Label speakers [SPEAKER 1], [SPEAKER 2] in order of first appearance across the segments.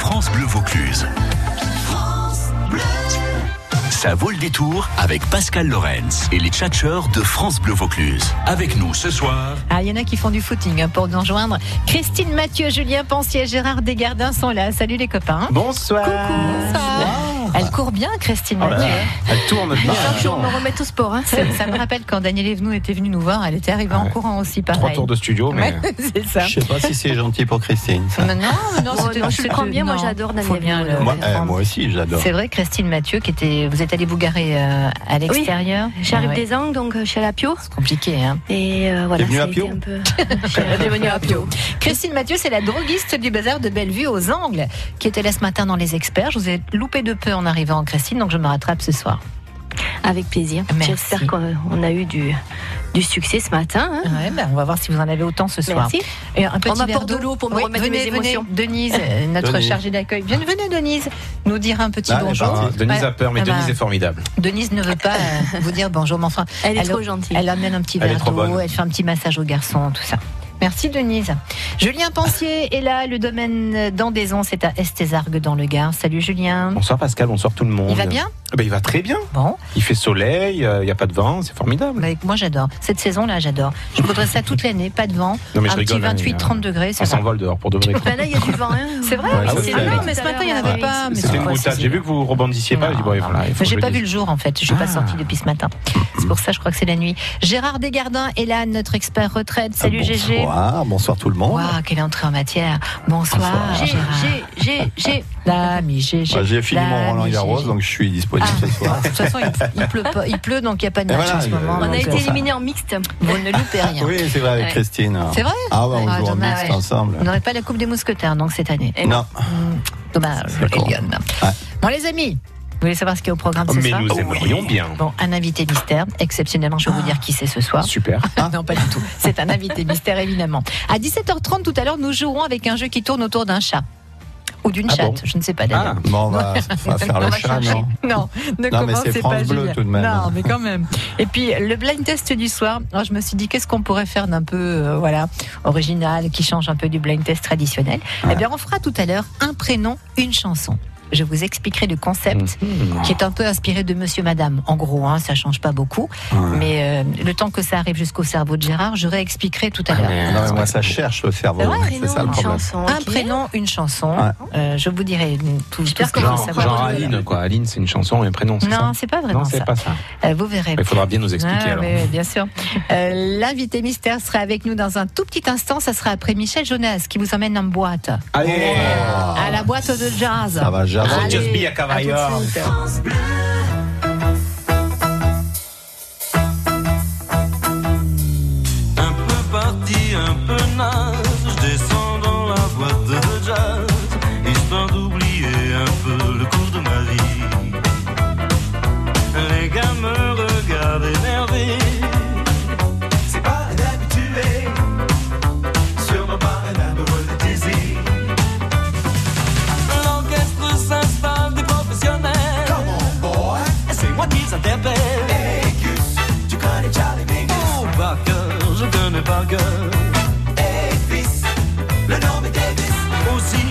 [SPEAKER 1] France Bleu Vaucluse. Ça vaut le détour avec Pascal Lorenz et les tchatcheurs de France Bleu Vaucluse. Avec nous ce soir,
[SPEAKER 2] Ah, il y en a qui font du footing hein, pour nous rejoindre. Christine Mathieu, Julien Pensier, Gérard Desgardins sont là. Salut les copains.
[SPEAKER 3] Bonsoir.
[SPEAKER 2] Elle court bien, Christine
[SPEAKER 3] Oh là là,
[SPEAKER 2] Mathieu.
[SPEAKER 3] Elle tourne bien.
[SPEAKER 4] Ah, bah, On me remet au sport. Hein.
[SPEAKER 2] Ça, ça me rappelle quand Daniel Evenou était venu nous voir, elle était arrivée en
[SPEAKER 3] Ouais.
[SPEAKER 2] courant aussi, pareil.
[SPEAKER 3] Trois tours de studio, mais
[SPEAKER 2] Ouais, c'est ça.
[SPEAKER 5] Je sais pas si c'est gentil pour Christine. ça.
[SPEAKER 2] Non, non, non,
[SPEAKER 4] Oh,
[SPEAKER 2] c'était-
[SPEAKER 4] non, je le
[SPEAKER 2] c'était-
[SPEAKER 4] prends bien, moi,
[SPEAKER 2] non,
[SPEAKER 4] j'adore Daniel
[SPEAKER 2] faut bien
[SPEAKER 4] Evenou, eh,
[SPEAKER 2] le-
[SPEAKER 5] Moi,
[SPEAKER 2] le
[SPEAKER 5] euh,
[SPEAKER 2] prendre.
[SPEAKER 5] moi aussi, j'adore.
[SPEAKER 2] C'est vrai, Christine Mathieu, qui était, vous êtes allée vous garer euh, à l'extérieur.
[SPEAKER 4] J'arrive
[SPEAKER 2] Ah ouais,
[SPEAKER 4] des Angles, donc euh, chez la Pio.
[SPEAKER 2] c'est compliqué. hein.
[SPEAKER 4] Et euh, voilà,
[SPEAKER 5] T'es venue
[SPEAKER 4] ça
[SPEAKER 5] à
[SPEAKER 4] a
[SPEAKER 5] Pio
[SPEAKER 4] été un peu. Elle est venue à Pio.
[SPEAKER 2] Christine Mathieu, c'est la droguiste du bazar de Bellevue aux Angles, qui était là ce matin dans les experts. Je vous ai loupé de peu en arrivant, Christine, donc je me rattrape ce soir.
[SPEAKER 4] Avec plaisir.
[SPEAKER 2] Merci.
[SPEAKER 4] J'espère qu'on on a eu du, du succès ce matin. hein.
[SPEAKER 2] Ouais, ben, on va voir si vous en avez autant ce soir.
[SPEAKER 4] Merci.
[SPEAKER 2] Et un petit
[SPEAKER 4] On m'apporte
[SPEAKER 2] verre
[SPEAKER 4] de l'eau pour me remettre
[SPEAKER 2] venez,
[SPEAKER 4] mes émotions.
[SPEAKER 2] Venez, Denise, euh, notre
[SPEAKER 5] Denise.
[SPEAKER 2] chargée d'accueil. Viens, venez, Denise, nous dire un petit
[SPEAKER 3] Bah,
[SPEAKER 5] Ah, elle est
[SPEAKER 2] bonjour.
[SPEAKER 5] partie.
[SPEAKER 3] Denise a peur, mais
[SPEAKER 2] Ah bah.
[SPEAKER 3] Denise est formidable.
[SPEAKER 2] Denise ne veut pas euh, vous dire bonjour, mais enfin,
[SPEAKER 4] Elle est
[SPEAKER 2] Elle-
[SPEAKER 4] trop gentille.
[SPEAKER 2] elle amène un petit
[SPEAKER 3] Elle est
[SPEAKER 2] verre
[SPEAKER 3] trop
[SPEAKER 2] d'eau,
[SPEAKER 3] bonne.
[SPEAKER 2] elle fait un petit massage aux garçons, tout ça. Merci Denise. Julien Pensier est là, le domaine d'Andaison, c'est à Estézargues dans le Gard. Salut Julien.
[SPEAKER 3] Bonsoir Pascal, bonsoir tout le monde.
[SPEAKER 2] Mm. Il va bien
[SPEAKER 3] Eh ben, Il va très bien.
[SPEAKER 2] Bon,
[SPEAKER 3] Il fait soleil, euh, il n'y a pas de vent, c'est formidable.
[SPEAKER 2] bah, moi j'adore. Cette saison-là, j'adore. Je voudrais ça toute l'année, pas de vent.
[SPEAKER 3] Non, mais
[SPEAKER 2] un
[SPEAKER 3] je
[SPEAKER 2] petit
[SPEAKER 3] rigole, hein,
[SPEAKER 2] 28,
[SPEAKER 3] mais, euh,
[SPEAKER 2] 30 degrés,
[SPEAKER 3] On
[SPEAKER 2] ça va.
[SPEAKER 3] s'envole dehors pour de vrai. quoi.
[SPEAKER 4] Ben là, il y a du vent. hein.
[SPEAKER 2] C'est vrai
[SPEAKER 3] Ouais, ça,
[SPEAKER 4] Oui,
[SPEAKER 3] c'est
[SPEAKER 4] vrai.
[SPEAKER 3] vrai.
[SPEAKER 2] Ah non, mais ce matin, il y en avait
[SPEAKER 4] Ouais.
[SPEAKER 2] pas. mais
[SPEAKER 3] C'était
[SPEAKER 2] c'est
[SPEAKER 3] une
[SPEAKER 2] pas
[SPEAKER 3] boutade.
[SPEAKER 2] si-
[SPEAKER 3] J'ai vu que vous rebondissiez pas.
[SPEAKER 2] Non,
[SPEAKER 3] J'ai dit, bon,
[SPEAKER 2] non,
[SPEAKER 3] voilà, il faut
[SPEAKER 2] J'ai
[SPEAKER 3] que je
[SPEAKER 2] pas
[SPEAKER 3] le
[SPEAKER 2] vu le
[SPEAKER 3] dise.
[SPEAKER 2] jour en fait, je suis pas
[SPEAKER 3] Ah.
[SPEAKER 2] sortie depuis ce matin. C'est pour ça je crois que c'est la nuit. Gérard Desgardins est là, notre expert retraite. Salut GG.
[SPEAKER 5] Ah, Bonsoir, bonsoir tout le monde.
[SPEAKER 2] Waouh, quelle entrée en matière. Bonsoir,
[SPEAKER 5] Bonsoir.
[SPEAKER 4] J'ai,
[SPEAKER 2] Gérard.
[SPEAKER 4] j'ai, j'ai, j'ai.
[SPEAKER 2] L'ami GG.
[SPEAKER 5] Bah, J'ai fini
[SPEAKER 2] L'ami
[SPEAKER 5] mon Roland Garros,
[SPEAKER 2] GG.
[SPEAKER 5] donc je suis disponible
[SPEAKER 2] Ah.
[SPEAKER 5] ce soir.
[SPEAKER 2] De toute façon, il, il pleut, pas- il pleut, donc il n'y a pas de
[SPEAKER 5] Et
[SPEAKER 2] match
[SPEAKER 5] voilà,
[SPEAKER 2] en ce
[SPEAKER 5] il-
[SPEAKER 2] moment.
[SPEAKER 4] On a
[SPEAKER 2] donc,
[SPEAKER 4] été
[SPEAKER 2] euh,
[SPEAKER 4] éliminés en mixte.
[SPEAKER 2] Vous ne loupez rien.
[SPEAKER 5] Oui, c'est vrai, avec
[SPEAKER 4] Ouais.
[SPEAKER 5] Christine.
[SPEAKER 2] C'est vrai
[SPEAKER 5] Ah ouais, on
[SPEAKER 2] Ah,
[SPEAKER 5] joue en
[SPEAKER 2] dommage.
[SPEAKER 5] mixte ensemble.
[SPEAKER 2] On n'aurait pas la Coupe des Mousquetaires donc cette année.
[SPEAKER 4] Et
[SPEAKER 5] Non,
[SPEAKER 2] Hmm, Dommage,
[SPEAKER 5] C'est con.
[SPEAKER 2] Eliane.
[SPEAKER 5] Ouais.
[SPEAKER 2] Bon les amis, vous voulez savoir ce qu'il y a au programme ce
[SPEAKER 3] Ah. Mais
[SPEAKER 2] soir
[SPEAKER 3] nous aimerions bien.
[SPEAKER 2] Bon, un invité mystère. Exceptionnellement, je vais vous dire qui c'est ce soir.
[SPEAKER 3] Super.
[SPEAKER 2] non, pas du tout. C'est un invité mystère, évidemment. À 17h30 tout à l'heure, nous jouerons avec un jeu qui tourne autour d'un chat. Ou d'une
[SPEAKER 3] Ah
[SPEAKER 2] chatte,
[SPEAKER 3] bon
[SPEAKER 2] je ne sais pas d'ailleurs.
[SPEAKER 3] Ah,
[SPEAKER 5] bon, on va, on va faire
[SPEAKER 2] On
[SPEAKER 5] le
[SPEAKER 2] va
[SPEAKER 5] chat,
[SPEAKER 2] changer.
[SPEAKER 5] non
[SPEAKER 2] Non, ne
[SPEAKER 5] Non, mais
[SPEAKER 2] commencez
[SPEAKER 5] c'est
[SPEAKER 2] pas,
[SPEAKER 5] France Bleu,
[SPEAKER 2] Julien.
[SPEAKER 5] tout de même.
[SPEAKER 2] Non, mais quand même. Et puis, le blind test du soir, alors, je me suis dit, qu'est-ce qu'on pourrait faire d'un peu, euh, voilà, original, qui change un peu du blind test traditionnel Eh bien, on fera tout à l'heure un prénom, une chanson. Je vous expliquerai le concept
[SPEAKER 5] Mhm.
[SPEAKER 2] qui est un peu inspiré de Monsieur Madame. En gros, hein, ça change pas beaucoup, mais euh, le temps que ça arrive jusqu'au cerveau de Gérard, je réexpliquerai tout à l'heure.
[SPEAKER 5] Non, mais moi, ça cherche le cerveau.
[SPEAKER 2] C'est vrai,
[SPEAKER 5] C'est ça le problème.
[SPEAKER 2] Un prénom, une chanson.
[SPEAKER 5] Ouais.
[SPEAKER 2] Euh, je vous dirai tout, tout
[SPEAKER 4] J'espère
[SPEAKER 2] ce que
[SPEAKER 4] qu'on
[SPEAKER 2] vous
[SPEAKER 4] s'en
[SPEAKER 3] Genre,
[SPEAKER 2] savez.
[SPEAKER 3] genre Aline, quoi. Aline, c'est une chanson et un prénom, c'est ça
[SPEAKER 2] Non, c'est pas vraiment
[SPEAKER 3] Non,
[SPEAKER 2] ça.
[SPEAKER 3] c'est pas ça.
[SPEAKER 2] Euh, vous verrez.
[SPEAKER 3] Il faudra bien nous expliquer
[SPEAKER 2] Ah,
[SPEAKER 3] alors.
[SPEAKER 2] oui, oui, bien sûr. Euh, L'invité mystère sera avec nous dans un tout petit instant. Ça sera après Michel Jonas qui vous emmène en boîte.
[SPEAKER 3] Allez
[SPEAKER 2] À la boîte de jazz.
[SPEAKER 5] Oh, Ça va, j'avoue.
[SPEAKER 3] Faut
[SPEAKER 2] Allez,
[SPEAKER 3] just be a
[SPEAKER 2] à
[SPEAKER 3] cavalier.
[SPEAKER 2] tout de suite.
[SPEAKER 6] Un peu parti, un peu naze, je descends dans la boîte de jazz, histoire d'oublier un peu le cours de ma vie. Les gars me regardent énervé. C'est pas un habitué, sûrement pas un amoureux de désir. L'orchestre s'installe des professionnels. C'est moi qui s'interpelle. tu connais Charlie Oh, par cœur, je connais par cœur. le nom est Davis. Aussi,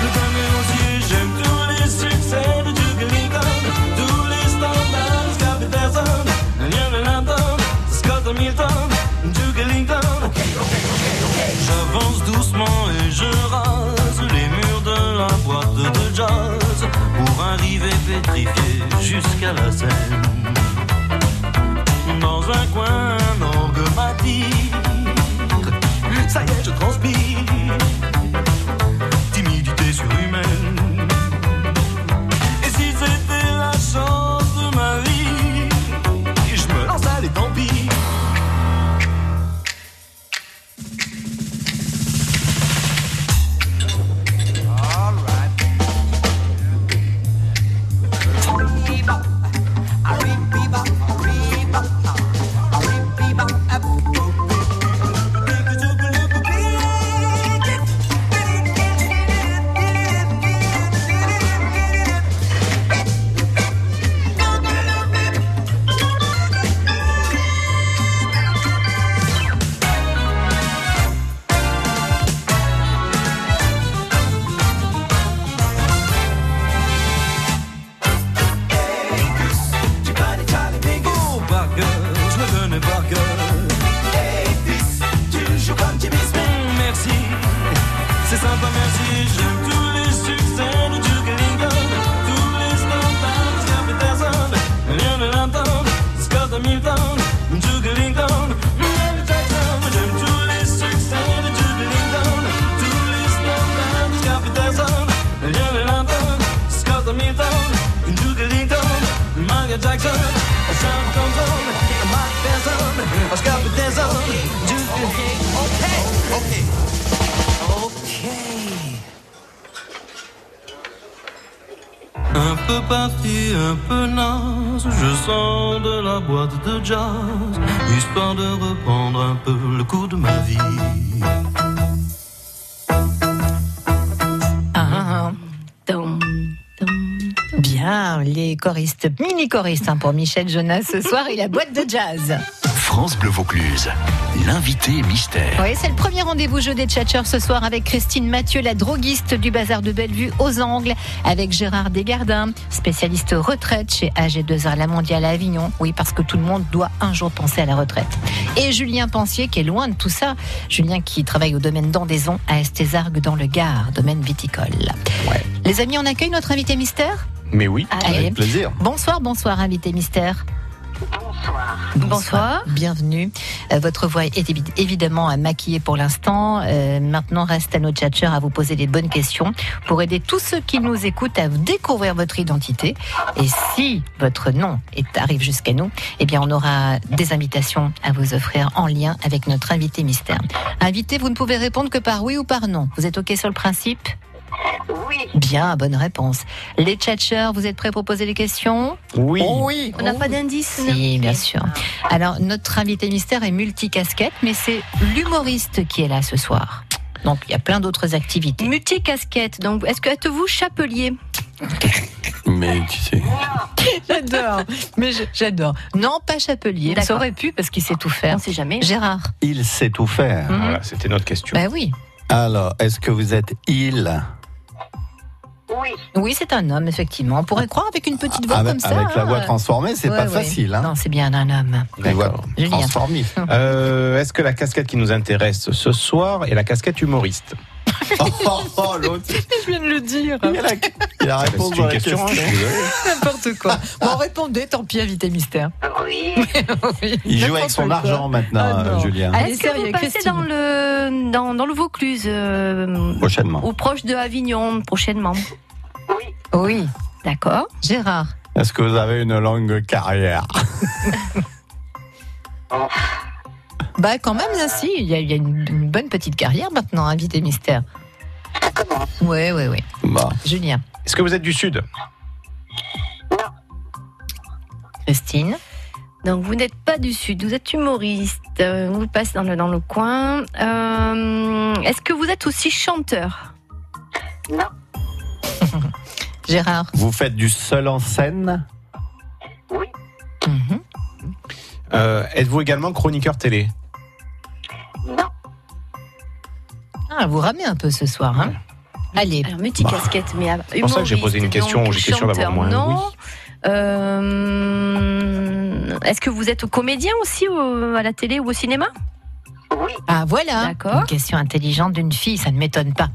[SPEAKER 6] je connais aussi, j'aime tous les succès de Duke Ellington. Tous les standards de Scott Peterson. Lionel Hampton, Scott Hamilton, Duke Ellington. J'avance doucement et je rase les murs de la boîte de jazz pour arriver pétrifié jusqu'à la scène. Dans un coin, un orgue m'attire. Ça y est, je transpire. Timidité surhumaine. Et si c'était la chance de ma vie, je me lance à tant pis. Michael Jackson. The sun comes on, the mic bears on, the scalp bears on. Just okay, okay, okay. Un peu parti, un peu naze, je sens de la boîte de jazz, histoire de reprendre un peu le cours de ma vie.
[SPEAKER 2] Ah, ah,
[SPEAKER 4] Dum, dum.
[SPEAKER 2] ah. Bien, les choristes, mini-choristes hein, pour Michel Jonas ce soir et la boîte de jazz.
[SPEAKER 1] France Bleu Vaucluse, l'invité mystère.
[SPEAKER 2] Oui, c'est le premier rendez-vous jeu des tchatchers ce soir avec Christine Mathieu, la droguiste du bazar de Bellevue aux Angles, avec Gérard Desgardins, spécialiste retraite chez AG2R La Mondiale à Avignon. Oui, parce que tout le monde doit un jour penser à la retraite. Et Julien Pensier qui est loin de tout ça. Julien qui travaille au domaine d'Andaison à Estézargues dans le Gard, domaine viticole. Les amis, on accueille notre invité mystère
[SPEAKER 3] Mais Ah oui.
[SPEAKER 2] Allez.
[SPEAKER 5] Avec plaisir.
[SPEAKER 2] Bonsoir, bonsoir, invité mystère.
[SPEAKER 4] Bonsoir.
[SPEAKER 2] Bienvenue. Euh, votre voix est évi- évidemment à maquiller pour l'instant. Euh, maintenant, reste à nos tchatchers à vous poser les bonnes questions pour aider tous ceux qui nous écoutent à découvrir votre identité. Et si votre nom est, arrive jusqu'à nous, eh bien, on aura des invitations à vous offrir en lien avec notre invité mystère. Invité, vous ne pouvez répondre que par oui ou par non. Vous êtes OK sur le principe Oui. Bien, bonne réponse. Les tchatchers, vous êtes prêts à proposer les questions Oh
[SPEAKER 3] Oui.
[SPEAKER 2] oui.
[SPEAKER 4] On n'a pas d'indice
[SPEAKER 2] Si,
[SPEAKER 4] non
[SPEAKER 2] bien
[SPEAKER 4] Ok.
[SPEAKER 2] sûr. Alors, notre invité mystère est multicasquette, mais c'est l'humoriste qui est là ce soir. Donc, il y a plein d'autres activités.
[SPEAKER 4] Multicasquette. Donc, est-ce que êtes-vous chapelier
[SPEAKER 7] Mais tu sais,
[SPEAKER 2] J'adore, mais je- j'adore. Non, pas Chapelier, ça
[SPEAKER 4] D'accord.
[SPEAKER 2] aurait pu parce qu'il sait tout faire.
[SPEAKER 4] On sait jamais.
[SPEAKER 2] Gérard,
[SPEAKER 5] Il sait tout faire.
[SPEAKER 2] Mhm.
[SPEAKER 3] Voilà, c'était notre question.
[SPEAKER 2] bah oui.
[SPEAKER 5] Alors, est-ce que vous êtes il
[SPEAKER 2] Oui, c'est un homme, effectivement. On pourrait croire avec une petite voix
[SPEAKER 5] avec,
[SPEAKER 2] comme ça.
[SPEAKER 5] avec la voix
[SPEAKER 2] hein.
[SPEAKER 5] transformée, c'est
[SPEAKER 2] Ouais,
[SPEAKER 5] pas
[SPEAKER 2] ouais.
[SPEAKER 5] facile. Hein.
[SPEAKER 2] Non, c'est bien un homme.
[SPEAKER 5] La voix
[SPEAKER 2] Julien.
[SPEAKER 5] transformée.
[SPEAKER 3] Euh, Est-ce que la casquette qui nous intéresse ce soir est la casquette humoriste
[SPEAKER 5] Oh, oh, oh, l'autre.
[SPEAKER 2] Je viens de le dire. hein.
[SPEAKER 5] Il a la, il a la réponse
[SPEAKER 3] C'est
[SPEAKER 5] dans
[SPEAKER 3] une
[SPEAKER 5] la
[SPEAKER 3] question. hein, je
[SPEAKER 5] question.
[SPEAKER 3] suis désolé.
[SPEAKER 2] N'importe quoi. Bon, répondez, tant pis, invité mystère. Oui.
[SPEAKER 5] Il joue avec son
[SPEAKER 2] N'importe quoi.
[SPEAKER 5] argent maintenant,
[SPEAKER 2] Ah, non.
[SPEAKER 5] euh, Julien.
[SPEAKER 2] Allez,
[SPEAKER 4] Est-ce que
[SPEAKER 2] sérieux,
[SPEAKER 4] vous passez
[SPEAKER 2] Christine.
[SPEAKER 4] dans le, dans, dans le Vaucluse euh,
[SPEAKER 5] Prochainement.
[SPEAKER 4] ou proche de Avignon prochainement
[SPEAKER 2] Oui,
[SPEAKER 4] D'accord.
[SPEAKER 2] Gérard.
[SPEAKER 5] Est-ce que vous avez une longue carrière
[SPEAKER 2] Bah quand même, là, si, il y a, il y a une, une bonne petite carrière maintenant, invité mystère. Ouais, ouais, ouais.
[SPEAKER 5] Bah,
[SPEAKER 2] Julien,
[SPEAKER 3] Est-ce que vous êtes du Sud
[SPEAKER 2] Christine,
[SPEAKER 4] Donc vous n'êtes pas du sud, vous êtes humoriste, euh, vous passez dans le, dans le coin. Euh, Est-ce que vous êtes aussi chanteur
[SPEAKER 2] Gérard.
[SPEAKER 5] Vous faites du seul en scène
[SPEAKER 2] Mhm.
[SPEAKER 3] Euh, Êtes-vous également chroniqueur télé
[SPEAKER 2] Ah, vous ramez un peu ce soir, hein Allez,
[SPEAKER 4] Alors Eh multicasquette, mais euh, humoriste.
[SPEAKER 3] pour ça que j'ai posé une question,
[SPEAKER 4] donc
[SPEAKER 3] j'étais sûr d'avoir
[SPEAKER 4] chanteur,
[SPEAKER 3] moins un
[SPEAKER 4] Non.
[SPEAKER 3] oui.
[SPEAKER 4] Euh, Est-ce que vous êtes comédien aussi au- à la télé ou au cinéma
[SPEAKER 2] ah voilà,
[SPEAKER 4] D'accord.
[SPEAKER 2] une question intelligente d'une fille, ça ne m'étonne pas.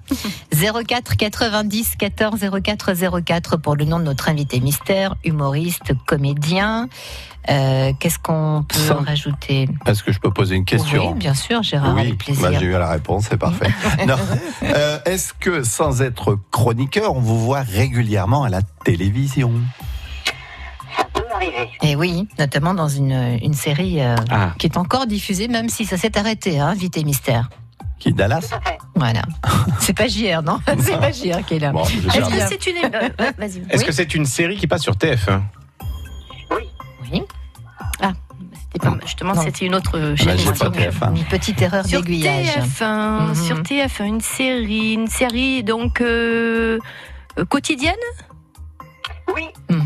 [SPEAKER 2] 04 90 14 04 04 pour le nom de notre invité mystère, humoriste, comédien. Euh, Qu'est-ce qu'on peut
[SPEAKER 5] Ça-
[SPEAKER 2] en rajouter
[SPEAKER 5] Est-ce que je peux poser une question
[SPEAKER 2] Oui, bien sûr, Gérard,
[SPEAKER 5] Oui,
[SPEAKER 2] avec plaisir.
[SPEAKER 5] bah, j'ai eu la réponse, c'est parfait. Non. Euh, Est-ce que sans être chroniqueur, on vous voit régulièrement à la télévision
[SPEAKER 2] Et oui, notamment dans une, une série euh,
[SPEAKER 3] Ah.
[SPEAKER 2] qui est encore diffusée, même si ça s'est arrêté, hein, Vite et Mystère.
[SPEAKER 5] Qui Dallas
[SPEAKER 2] Voilà. C'est pas JR, non C'est pas JR qui est là.
[SPEAKER 5] Bon, déjà.
[SPEAKER 4] Est-ce que
[SPEAKER 2] bien.
[SPEAKER 4] c'est une euh, ouais, Vas-y.
[SPEAKER 3] Est-ce
[SPEAKER 2] Oui.
[SPEAKER 3] que c'est une série qui passe sur TF1
[SPEAKER 2] Oui.
[SPEAKER 4] C'était pas- Justement,
[SPEAKER 2] Non.
[SPEAKER 4] c'était une autre euh,
[SPEAKER 5] Ah bah,
[SPEAKER 4] chaîne.
[SPEAKER 5] j'ai pas
[SPEAKER 4] d'émission.
[SPEAKER 5] TF1.
[SPEAKER 2] Une petite erreur
[SPEAKER 4] Sur
[SPEAKER 2] d'aiguillage.
[SPEAKER 4] TF1,
[SPEAKER 2] Mhm.
[SPEAKER 4] sur TF1, une série, une série donc euh, euh, quotidienne.
[SPEAKER 2] Mhm.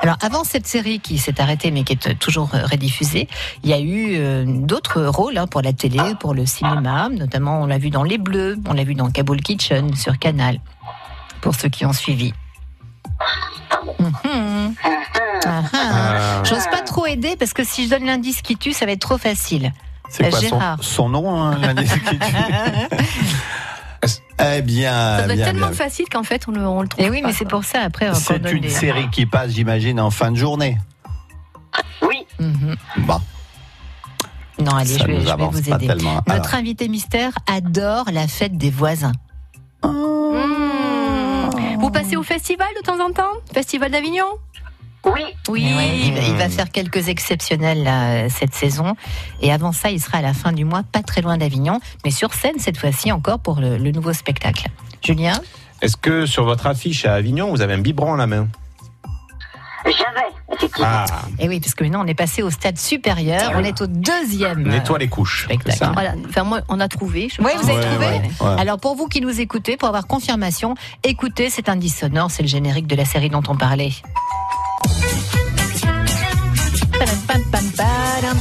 [SPEAKER 2] Alors, avant cette série qui s'est arrêtée mais qui est euh, toujours euh, rediffusée, il y a eu euh, d'autres rôles hein, pour la télé, pour le cinéma, notamment on l'a vu dans Les Bleus, on l'a vu dans Kabul Kitchen sur Canal, pour ceux qui ont suivi. Mhm. Ah ah.
[SPEAKER 3] Ah.
[SPEAKER 2] J'ose pas trop aider parce que si je donne l'indice qui tue, ça va être trop facile.
[SPEAKER 5] C'est quoi son,
[SPEAKER 2] euh, Gérard.
[SPEAKER 5] son nom, hein, l'indice qui tue Eh
[SPEAKER 4] Ça
[SPEAKER 2] Ah,
[SPEAKER 5] bien,
[SPEAKER 4] doit être
[SPEAKER 5] bien,
[SPEAKER 4] tellement
[SPEAKER 5] bien.
[SPEAKER 4] facile qu'en fait on le, on le trouve.
[SPEAKER 2] Et Eh oui,
[SPEAKER 4] pas,
[SPEAKER 2] mais c'est
[SPEAKER 4] quoi.
[SPEAKER 2] pour ça après. hein, on
[SPEAKER 5] C'est
[SPEAKER 2] coordonne
[SPEAKER 5] une
[SPEAKER 2] les-
[SPEAKER 5] série qui passe, j'imagine, en fin de journée.
[SPEAKER 2] Mhm.
[SPEAKER 5] Bah,
[SPEAKER 2] Non, allez, je
[SPEAKER 5] ça
[SPEAKER 2] vais, je
[SPEAKER 5] nous
[SPEAKER 2] vais
[SPEAKER 5] avance
[SPEAKER 2] vous
[SPEAKER 5] pas
[SPEAKER 2] aider.
[SPEAKER 5] tellement. Alors,
[SPEAKER 2] Notre invité mystère adore la fête des voisins.
[SPEAKER 4] Hmm. Mmh. Vous passez au festival de temps en temps Festival d'Avignon
[SPEAKER 2] Oui, il va- il va faire quelques exceptionnels là, cette saison. Et avant ça, il sera à la fin du mois, pas très loin d'Avignon, mais sur scène cette fois-ci encore pour le, le nouveau spectacle. Julien
[SPEAKER 3] Euh, Est-ce que sur votre affiche à Avignon, vous avez un biberon à la main
[SPEAKER 8] J'avais, effectivement.
[SPEAKER 3] Ah,
[SPEAKER 2] Eh oui, parce que maintenant on est passé au stade supérieur, on est au deuxième.
[SPEAKER 3] nettoie les couches. c'est
[SPEAKER 2] spectacle.
[SPEAKER 3] ça
[SPEAKER 4] Voilà, enfin, moi, on a trouvé. je
[SPEAKER 2] Oui,
[SPEAKER 4] pense.
[SPEAKER 2] vous avez
[SPEAKER 5] Ouais,
[SPEAKER 2] trouvé
[SPEAKER 5] ouais, ouais.
[SPEAKER 2] Alors pour vous qui nous écoutez, pour avoir confirmation, écoutez cet indice sonore, c'est le générique de la série dont on parlait. Padam, pam, pam, padam.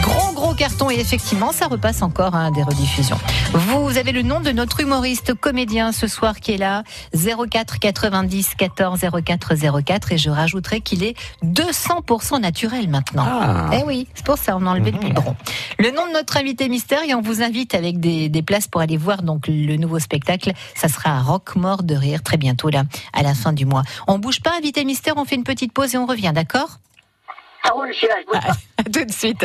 [SPEAKER 2] Gros gros carton et effectivement ça repasse encore hein, des rediffusions. Vous avez le nom de notre humoriste comédien ce soir qui est là 04 90 14 04 04 et je rajouterai qu'il est 200% naturel maintenant.
[SPEAKER 3] Ah.
[SPEAKER 2] Eh oui, c'est pour ça on a enlevé le biberon. Le nom de notre invité mystère et on vous invite avec des, des places pour aller voir donc le nouveau spectacle. Ça sera à Rock Mort de Rire très bientôt là, à la fin du mois. On bouge pas, invité mystère, on fait une petite pause et on revient, d'accord
[SPEAKER 8] Ça roule, je suis là, je bouge pas.
[SPEAKER 2] À Tout de suite.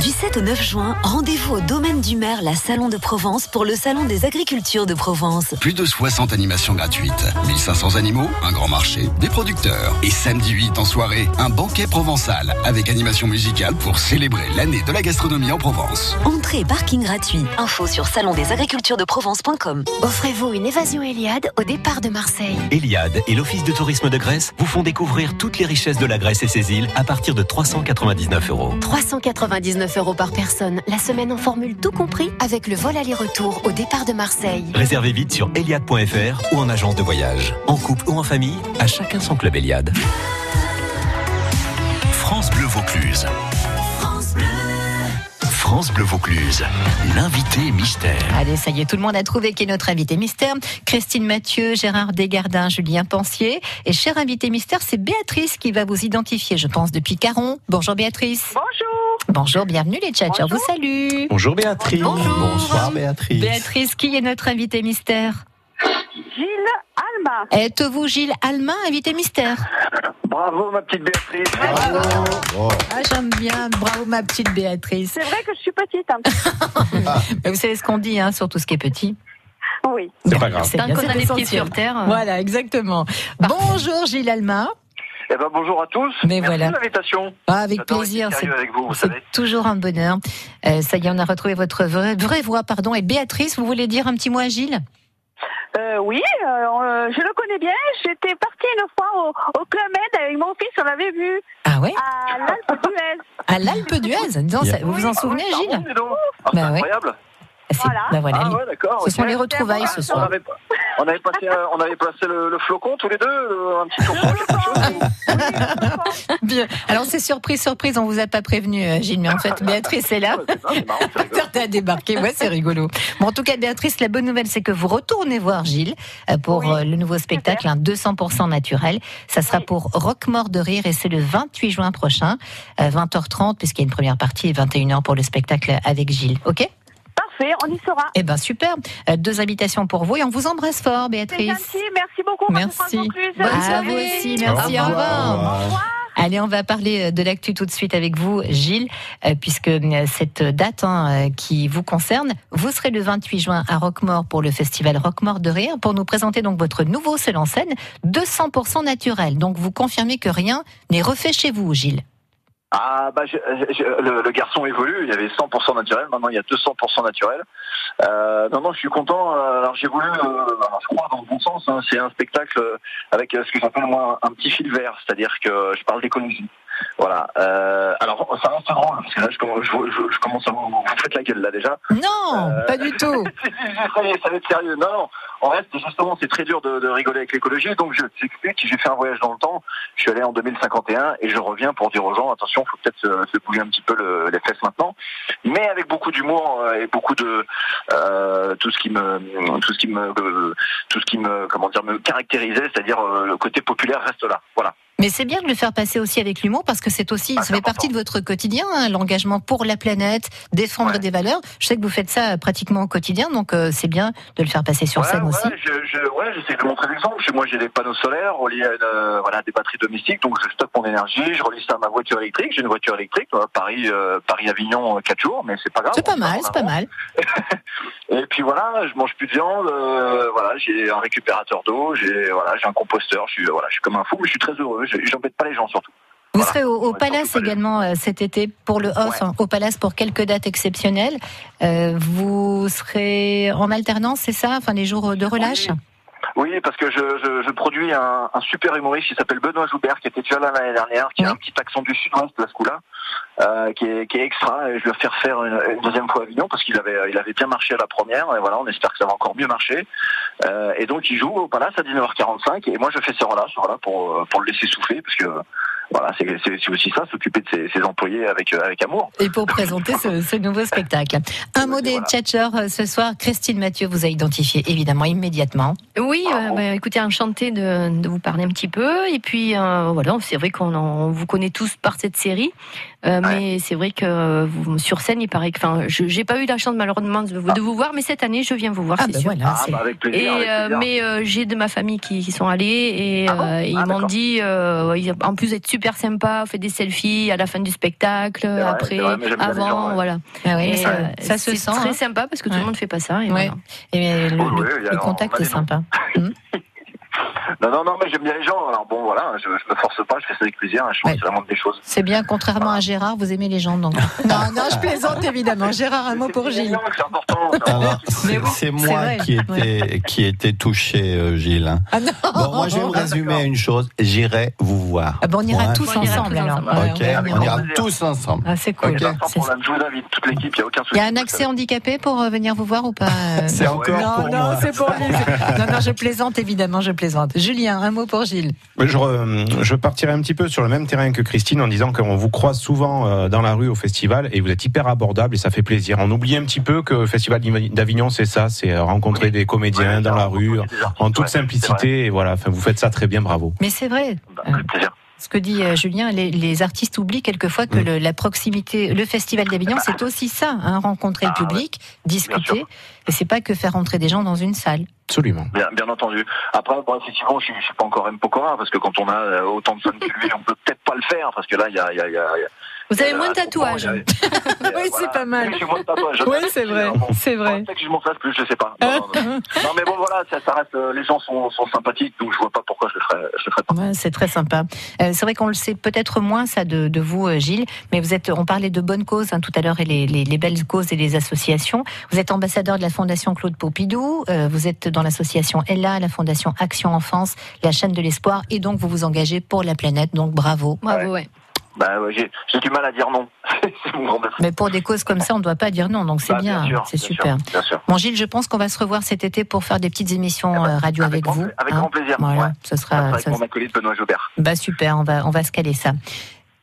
[SPEAKER 9] Du 7 au 9 juin, rendez-vous au domaine du maire, la Salon de Provence, pour le Salon des agricultures de Provence.
[SPEAKER 1] Plus de 60 animations gratuites, 1500 animaux, un grand marché, des producteurs. Et samedi 8 en soirée, un banquet provençal avec animation musicale pour célébrer l'année de la gastronomie en Provence.
[SPEAKER 9] Entrée et parking gratuit. Info sur salondesagriculturesdeprovence.com.
[SPEAKER 10] Offrez-vous une évasion Eliade au départ de Marseille.
[SPEAKER 11] Eliade et l'Office de tourisme de Grèce vous font découvrir toutes les richesses de la Grèce et ses îles à partir de 399 euros.
[SPEAKER 10] 399 euros par personne, la semaine en formule tout compris, avec le vol aller-retour au départ de Marseille.
[SPEAKER 11] Réservez vite sur Eliade.fr ou en agence de voyage. En couple ou en famille, à chacun son club Eliade.
[SPEAKER 1] France Bleu Vaucluse. France Bleu Vaucluse, l'invité mystère.
[SPEAKER 2] Allez, ça y est, tout le monde a trouvé qui est notre invité mystère. Christine Mathieu, Gérard Desgardins, Julien Pensier. Et cher invité mystère, c'est Béatrice qui va vous identifier, je pense, depuis Caron. Bonjour Béatrice.
[SPEAKER 8] Bonjour.
[SPEAKER 2] Bonjour, bienvenue les tchatchers, vous salue.
[SPEAKER 3] Bonjour Béatrice.
[SPEAKER 5] Bonsoir Béatrice.
[SPEAKER 2] Béatrice, qui est notre invité mystère
[SPEAKER 8] Gilles Alma.
[SPEAKER 2] Êtes-vous Gilles Alma, invité mystère
[SPEAKER 11] Bravo ma petite Béatrice
[SPEAKER 5] Oh,
[SPEAKER 2] ah, J'aime bien, bravo ma petite Béatrice.
[SPEAKER 8] C'est vrai que je suis petite. hein.
[SPEAKER 2] Mais vous savez ce qu'on dit hein, sur tout ce qui est petit
[SPEAKER 8] Oui.
[SPEAKER 3] C'est pas grave.
[SPEAKER 2] C'est
[SPEAKER 4] Tant
[SPEAKER 2] bien,
[SPEAKER 4] qu'on
[SPEAKER 2] c'est
[SPEAKER 4] a les pieds
[SPEAKER 2] essentiel.
[SPEAKER 4] sur terre. euh,
[SPEAKER 2] Voilà, exactement. Bonjour Gilles Alma.
[SPEAKER 11] Eh ben bonjour à tous.
[SPEAKER 2] Mais voilà.
[SPEAKER 11] de l'invitation.
[SPEAKER 2] Ah, avec
[SPEAKER 11] J'adore
[SPEAKER 2] plaisir,
[SPEAKER 11] être
[SPEAKER 2] c'est
[SPEAKER 11] sérieux avec vous, vous
[SPEAKER 2] C'est
[SPEAKER 11] savez.
[SPEAKER 2] toujours un bonheur. Euh, ça y est, on a retrouvé votre vraie, vraie voix, pardon. Et Béatrice, vous voulez dire un petit mot à Gilles
[SPEAKER 8] Euh, oui, euh, euh, je le connais bien. J'étais partie une fois au, au Club Med avec mon fils, on l'avait vu
[SPEAKER 2] Ah ouais
[SPEAKER 8] à l'Alpe d'Huez.
[SPEAKER 2] À l'Alpe d'huez. Dis donc, ça- Vous vous en souvenez,
[SPEAKER 11] Ah bon,
[SPEAKER 2] Gilles
[SPEAKER 11] dis donc. Ah,
[SPEAKER 2] Bah
[SPEAKER 11] c'est
[SPEAKER 2] ouais.
[SPEAKER 11] incroyable.
[SPEAKER 2] C'est-
[SPEAKER 8] Voilà.
[SPEAKER 2] bah voilà,
[SPEAKER 11] Ah
[SPEAKER 2] les-
[SPEAKER 11] ouais, d'accord.
[SPEAKER 2] Ce
[SPEAKER 11] ok.
[SPEAKER 2] sont les retrouvailles ce
[SPEAKER 11] On
[SPEAKER 2] soir.
[SPEAKER 11] avait, on avait passé, euh, on avait placé le, le flocon tous les deux, euh, un petit flocon. quelque chose.
[SPEAKER 2] Bien. Alors c'est surprise, surprise, on vous a pas prévenu, euh, Gilles, mais en fait Béatrice est là.
[SPEAKER 11] Ah, c'est marrant, c'est
[SPEAKER 2] Pas
[SPEAKER 11] rigolo.
[SPEAKER 2] tarder à débarquer, ouais, c'est rigolo. Bon, en tout cas, Béatrice, la bonne nouvelle, c'est que vous retournez voir Gilles euh, pour
[SPEAKER 8] Oui.
[SPEAKER 2] euh, le nouveau spectacle, un 200% naturel. Ça sera
[SPEAKER 8] Oui.
[SPEAKER 2] pour Rock Mort de Rire et c'est le 28 juin prochain, euh, 20h30, puisqu'il y a une première partie et 21h pour le spectacle avec Gilles. OK
[SPEAKER 8] Parfait, on y sera.
[SPEAKER 2] Eh ben super. Euh, Deux invitations pour vous et on vous embrasse fort,
[SPEAKER 8] C'est
[SPEAKER 2] Béatrice.
[SPEAKER 8] gentil, merci beaucoup.
[SPEAKER 2] Merci.
[SPEAKER 8] Bonne
[SPEAKER 2] à vous aussi, merci.
[SPEAKER 5] Au
[SPEAKER 2] Au
[SPEAKER 5] revoir.
[SPEAKER 2] revoir. Allez, on va parler euh, de l'actu tout de suite avec vous, Gilles, euh, puisque euh, cette date hein, euh, qui vous concerne, vous serez le 28 juin à Roquemort pour le festival Roquemort de Rire pour nous présenter donc votre nouveau seul en scène 200% naturel. Donc vous confirmez que rien n'est refait chez vous, Gilles.
[SPEAKER 11] Ah bah je- je- le, le garçon évolue, il y avait 100% naturel, maintenant il y a 200% naturel. Euh, non non, je suis content. euh, Alors j'ai voulu, euh, alors, je crois dans le bon sens, hein, c'est un spectacle euh, avec euh, ce que j'appelle moi un petit fil vert, c'est-à-dire que je parle d'écologie. Voilà. Euh, alors ça reste drôle parce que là je, commence- je, je- je commence à vous, vous faites la gueule là déjà.
[SPEAKER 2] Non,
[SPEAKER 11] Euh.
[SPEAKER 2] pas du tout.
[SPEAKER 11] Si, si, si, ça y est, ça va être sérieux. Non, non. En reste, justement, c'est très dur de, de rigoler avec l'écologie. Donc, je t'explique, j'ai fait un voyage dans le temps. Je suis allé en 2051 et je reviens pour dire aux gens, attention, faut peut-être se, se bouger un petit peu le- les fesses maintenant. Mais avec beaucoup d'humour euh, et beaucoup de, euh, tout ce qui me, tout ce qui me, euh, tout ce qui me, comment dire, me caractérisait, c'est-à-dire euh, le côté populaire reste là. Voilà.
[SPEAKER 2] Mais c'est bien de le faire passer aussi avec l'humour parce que c'est aussi,
[SPEAKER 11] Ah,
[SPEAKER 2] ça
[SPEAKER 11] c'est
[SPEAKER 2] fait partie de votre quotidien, hein, l'engagement pour la planète, défendre des valeurs. Je sais que vous faites ça euh, pratiquement au quotidien, donc euh, c'est bien de le faire passer sur
[SPEAKER 11] ouais, Ah,
[SPEAKER 2] scène
[SPEAKER 11] ouais,
[SPEAKER 2] aussi.
[SPEAKER 11] Je, je- ouais, j'essaie de montrer l'exemple. Chez moi, j'ai des panneaux solaires reliés à une, euh, voilà, des batteries domestiques, donc je stocke mon énergie, je relie ça à ma voiture électrique. J'ai une voiture électrique, euh, Paris, euh, Paris-Avignon, 4 jours, mais c'est pas grave.
[SPEAKER 2] C'est pas
[SPEAKER 11] on part
[SPEAKER 2] mal,
[SPEAKER 11] en
[SPEAKER 2] c'est pas
[SPEAKER 11] avant.
[SPEAKER 2] mal.
[SPEAKER 11] Et puis voilà, je mange plus de viande. euh, voilà, j'ai un récupérateur d'eau, j'ai voilà, j'ai un composteur. Je suis euh, voilà, je suis comme un fou, mais je suis très heureux. je- J'embête pas les gens surtout.
[SPEAKER 2] Vous serez au, au Palace également euh, cet été pour le off, hein, au Palace pour quelques dates exceptionnelles. Euh, vous serez en alternance, c'est ça Enfin, les jours de relâche
[SPEAKER 11] Oui, parce que je, je, je produis un, un super humoriste qui s'appelle Benoît Joubert, qui était déjà là l'année dernière, qui a un petit accent du sud-ouest, là, ce coup-là, euh, qui, est, qui est extra. Et je vais faire faire une, une deuxième fois à Avignon, parce qu'il avait, il avait bien marché à la première. Et voilà, on espère que ça va encore mieux marcher. Euh, et donc, il joue au Palace à 19h45. Et moi, je fais ce relâche voilà, pour, euh, pour le laisser souffler, parce que euh, voilà, c'est c'est- c'est aussi ça, s'occuper de ses, ses employés avec, euh, avec amour.
[SPEAKER 2] et pour présenter ce, ce nouveau spectacle. Un mot des tchatcheurs euh, ce soir. Christine Mathieu vous a identifié évidemment immédiatement.
[SPEAKER 4] Oui, euh, bah, écoutez, enchanté de, de vous parler un petit peu. Et puis, euh, voilà, c'est vrai qu'on en- on vous connaît tous par cette série. Euh, Mais c'est vrai que euh, vous- sur scène, il paraît que. Enfin, je n'ai pas eu la chance, malheureusement, de, vous- de vous voir, mais cette année, je viens vous voir.
[SPEAKER 2] ben
[SPEAKER 4] c'est sûr.
[SPEAKER 11] Ah, bah, avec plaisir.
[SPEAKER 4] Et,
[SPEAKER 11] avec
[SPEAKER 4] euh,
[SPEAKER 11] plaisir.
[SPEAKER 4] mais euh, j'ai de ma famille qui, qui sont allés et
[SPEAKER 11] Ah bon
[SPEAKER 4] euh, ils
[SPEAKER 11] Ah,
[SPEAKER 4] m'ont
[SPEAKER 11] d'accord.
[SPEAKER 4] dit euh, ils- en plus d'être super sympa, on fait des selfies à la fin du spectacle,
[SPEAKER 11] vrai,
[SPEAKER 4] après,
[SPEAKER 11] c'est vrai, mais j'aime bien les
[SPEAKER 4] avant,
[SPEAKER 11] gens, ouais.
[SPEAKER 4] voilà.
[SPEAKER 2] Ah oui, mais ça-
[SPEAKER 4] euh,
[SPEAKER 2] ça se
[SPEAKER 4] c'est
[SPEAKER 2] sent,
[SPEAKER 4] très
[SPEAKER 2] hein.
[SPEAKER 4] sympa parce que tout
[SPEAKER 2] Ouais.
[SPEAKER 4] le monde fait pas ça. Et
[SPEAKER 2] Ouais.
[SPEAKER 4] voilà.
[SPEAKER 2] Et euh, le,
[SPEAKER 11] Oui, Oh, oui,
[SPEAKER 2] le-
[SPEAKER 11] il y a-
[SPEAKER 2] le
[SPEAKER 11] on
[SPEAKER 2] contact
[SPEAKER 11] va
[SPEAKER 2] est
[SPEAKER 11] les
[SPEAKER 2] sympa.
[SPEAKER 11] Non, non, non, mais j'aime bien les gens. Alors bon, voilà, je, je me force pas, je fais ça avec plaisir. hein, je pense que ça montre des choses.
[SPEAKER 2] C'est bien, contrairement à Gérard, vous aimez les gens donc. Non, non, je plaisante évidemment. Gérard, un mot pour Gilles.
[SPEAKER 5] Alors, c'est c'est
[SPEAKER 2] c'est
[SPEAKER 5] moi
[SPEAKER 2] vrai.
[SPEAKER 5] qui étais,
[SPEAKER 2] Ouais.
[SPEAKER 5] qui étais touché, euh, Gilles. hein.
[SPEAKER 2] Ah non.
[SPEAKER 5] Bon, moi, je vais me résumer à une chose. J'irai vous voir.
[SPEAKER 2] Ah ben, on ira
[SPEAKER 5] Ouais.
[SPEAKER 2] tous ensemble alors. Ouais,
[SPEAKER 5] Ok,
[SPEAKER 2] ouais, ouais,
[SPEAKER 5] on
[SPEAKER 2] ouais.
[SPEAKER 5] ira tous ensemble.
[SPEAKER 2] Ah, c'est cool.
[SPEAKER 5] Ok.
[SPEAKER 11] Sans problème, je vous invite, toute l'équipe, il n'y a aucun souci.
[SPEAKER 2] Il y a un accès handicapé pour euh, venir vous voir ou pas euh
[SPEAKER 5] C'est encore
[SPEAKER 2] Non,
[SPEAKER 5] pour
[SPEAKER 2] non,
[SPEAKER 5] moi.
[SPEAKER 2] c'est pour lui. C'est- Non, non, je plaisante évidemment, je plaisante. Julien, un mot pour Gilles.
[SPEAKER 3] Je, re- je partirai un petit peu sur le même terrain que Christine en disant qu'on vous croise souvent euh, dans la rue au festival et vous êtes hyper abordable et ça fait plaisir. On oublie un petit peu que le Festival d'Iv- d'Avignon, c'est ça, c'est euh, rencontrer des comédiens dans la rue en toute simplicité et voilà, enfin, vous faites ça très bien, bravo.
[SPEAKER 2] Mais c'est vrai.
[SPEAKER 11] Bah,
[SPEAKER 2] euh, ce que dit euh, Julien, les, les artistes oublient quelquefois
[SPEAKER 5] Mm.
[SPEAKER 2] que le- la proximité, le festival d'Avignon, c'est aussi ça, hein, rencontrer
[SPEAKER 5] Ah,
[SPEAKER 2] le public, discuter, et c'est pas que faire rentrer des gens dans une salle.
[SPEAKER 3] Absolument.
[SPEAKER 11] Bien, bien entendu. Après, bon, effectivement, je ne suis pas encore M. Pokora, parce que quand on a euh, autant de fans que lui, on peut peut-être pas le faire, parce que là, il y a... il y a- il y a- il y a-
[SPEAKER 4] Vous avez
[SPEAKER 11] euh,
[SPEAKER 4] moins de
[SPEAKER 11] à ce moment,
[SPEAKER 4] tatouages.
[SPEAKER 11] il y a-
[SPEAKER 2] Oui, c'est pas mal.
[SPEAKER 11] euh, Je suis moins de tatouages.
[SPEAKER 2] hein. Oui, c'est vrai, c'est vrai. Euh,
[SPEAKER 11] Peut-être que je m'en fasse plus, je sais
[SPEAKER 5] Ah,
[SPEAKER 11] pas. Non, non, non. Non, mais bon, voilà, ça, ça reste, euh, les gens sont, sont sympathiques, donc je vois pas pourquoi je le ferais, je le ferais pas.
[SPEAKER 2] Ouais, c'est très sympa. Euh, c'est vrai qu'on le sait peut-être moins ça de, de vous, euh, Gilles, mais vous êtes. On parlait de bonnes causes hein, tout à l'heure et les, les- les belles causes et les associations. Vous êtes ambassadeur de la Fondation Claude Popidou. euh, vous êtes dans l'association Ella, la Fondation Action Enfance, la chaîne de l'espoir, et donc vous vous engagez pour la planète. Donc bravo.
[SPEAKER 4] Bravo, ouais.
[SPEAKER 11] Bah, ouais, j'ai j'ai du mal à dire non. c'est mon grand défaut.
[SPEAKER 2] Mais pour des causes comme ça, on ne doit pas dire non. Donc c'est
[SPEAKER 11] Bah,
[SPEAKER 2] bien,
[SPEAKER 11] sûr,
[SPEAKER 2] c'est
[SPEAKER 11] bien
[SPEAKER 2] super.
[SPEAKER 11] sûr, bien sûr.
[SPEAKER 2] Bon Gilles, je pense qu'on va se revoir cet été pour faire des petites émissions euh, radio avec, vous.
[SPEAKER 11] Eh ben, Avec
[SPEAKER 2] hein.
[SPEAKER 11] grand plaisir.
[SPEAKER 2] Voilà,
[SPEAKER 11] ouais.
[SPEAKER 2] ce sera.
[SPEAKER 11] Avec
[SPEAKER 2] ça-
[SPEAKER 11] mon acolyte Benoît Jobert.
[SPEAKER 2] Bah super, on va, on va se caler ça.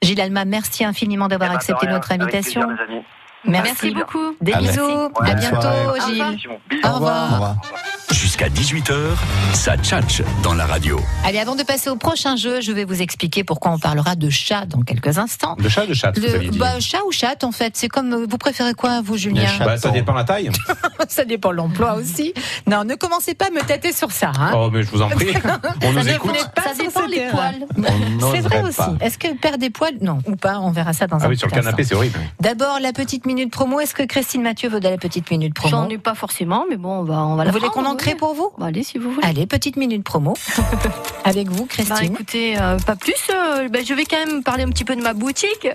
[SPEAKER 2] Gilles Alma, merci infiniment d'avoir
[SPEAKER 11] Eh ben, de
[SPEAKER 2] accepté
[SPEAKER 11] rien,
[SPEAKER 2] notre
[SPEAKER 11] avec
[SPEAKER 2] invitation.
[SPEAKER 11] plaisir, les amis.
[SPEAKER 2] Merci,
[SPEAKER 4] beaucoup.
[SPEAKER 2] Des
[SPEAKER 1] Ah, merci.
[SPEAKER 2] bisous.
[SPEAKER 1] Ouais.
[SPEAKER 2] À bientôt,
[SPEAKER 1] Bonne soirée.
[SPEAKER 2] Gilles.
[SPEAKER 1] Au revoir. Jusqu'à 18h, ça tchatche dans la radio.
[SPEAKER 2] Allez, avant de passer au prochain jeu, je vais vous expliquer pourquoi on parlera de chat dans quelques instants.
[SPEAKER 3] De chat, de chat, vous aviez
[SPEAKER 2] Le,
[SPEAKER 3] dit.
[SPEAKER 2] bah, chat ou chatte, en fait. C'est comme euh, vous préférez quoi, vous, Julien
[SPEAKER 3] Bah, ça dépend la taille.
[SPEAKER 2] Ça dépend de l'emploi aussi. Non, ne commencez pas à me tâter sur ça. hein.
[SPEAKER 3] Oh, mais je vous en prie. On nous
[SPEAKER 2] ça
[SPEAKER 3] écoute.
[SPEAKER 2] dépend- ça dépend les poils.
[SPEAKER 3] On
[SPEAKER 2] C'est vrai
[SPEAKER 3] n'oserait
[SPEAKER 2] aussi.
[SPEAKER 3] pas.
[SPEAKER 2] Est-ce que perd des poils Non, ou pas, on verra ça dans un
[SPEAKER 3] Ah oui, sur le
[SPEAKER 2] petit instant.
[SPEAKER 3] canapé, c'est horrible.
[SPEAKER 2] D'abord, la petite minute promo. Est-ce que Christine Mathieu veut de la petite minute promo
[SPEAKER 4] J'en ai pas forcément, mais bon, on va, on va la
[SPEAKER 2] Vous voulez
[SPEAKER 4] prendre,
[SPEAKER 2] qu'on en crée
[SPEAKER 4] oui.
[SPEAKER 2] pour vous
[SPEAKER 4] Bah, Allez, si vous voulez.
[SPEAKER 2] Allez, petite minute promo. Avec vous,
[SPEAKER 4] Bah,
[SPEAKER 2] Christine.
[SPEAKER 4] écoutez, euh, pas plus. euh, bah, je vais quand même parler un petit peu de ma boutique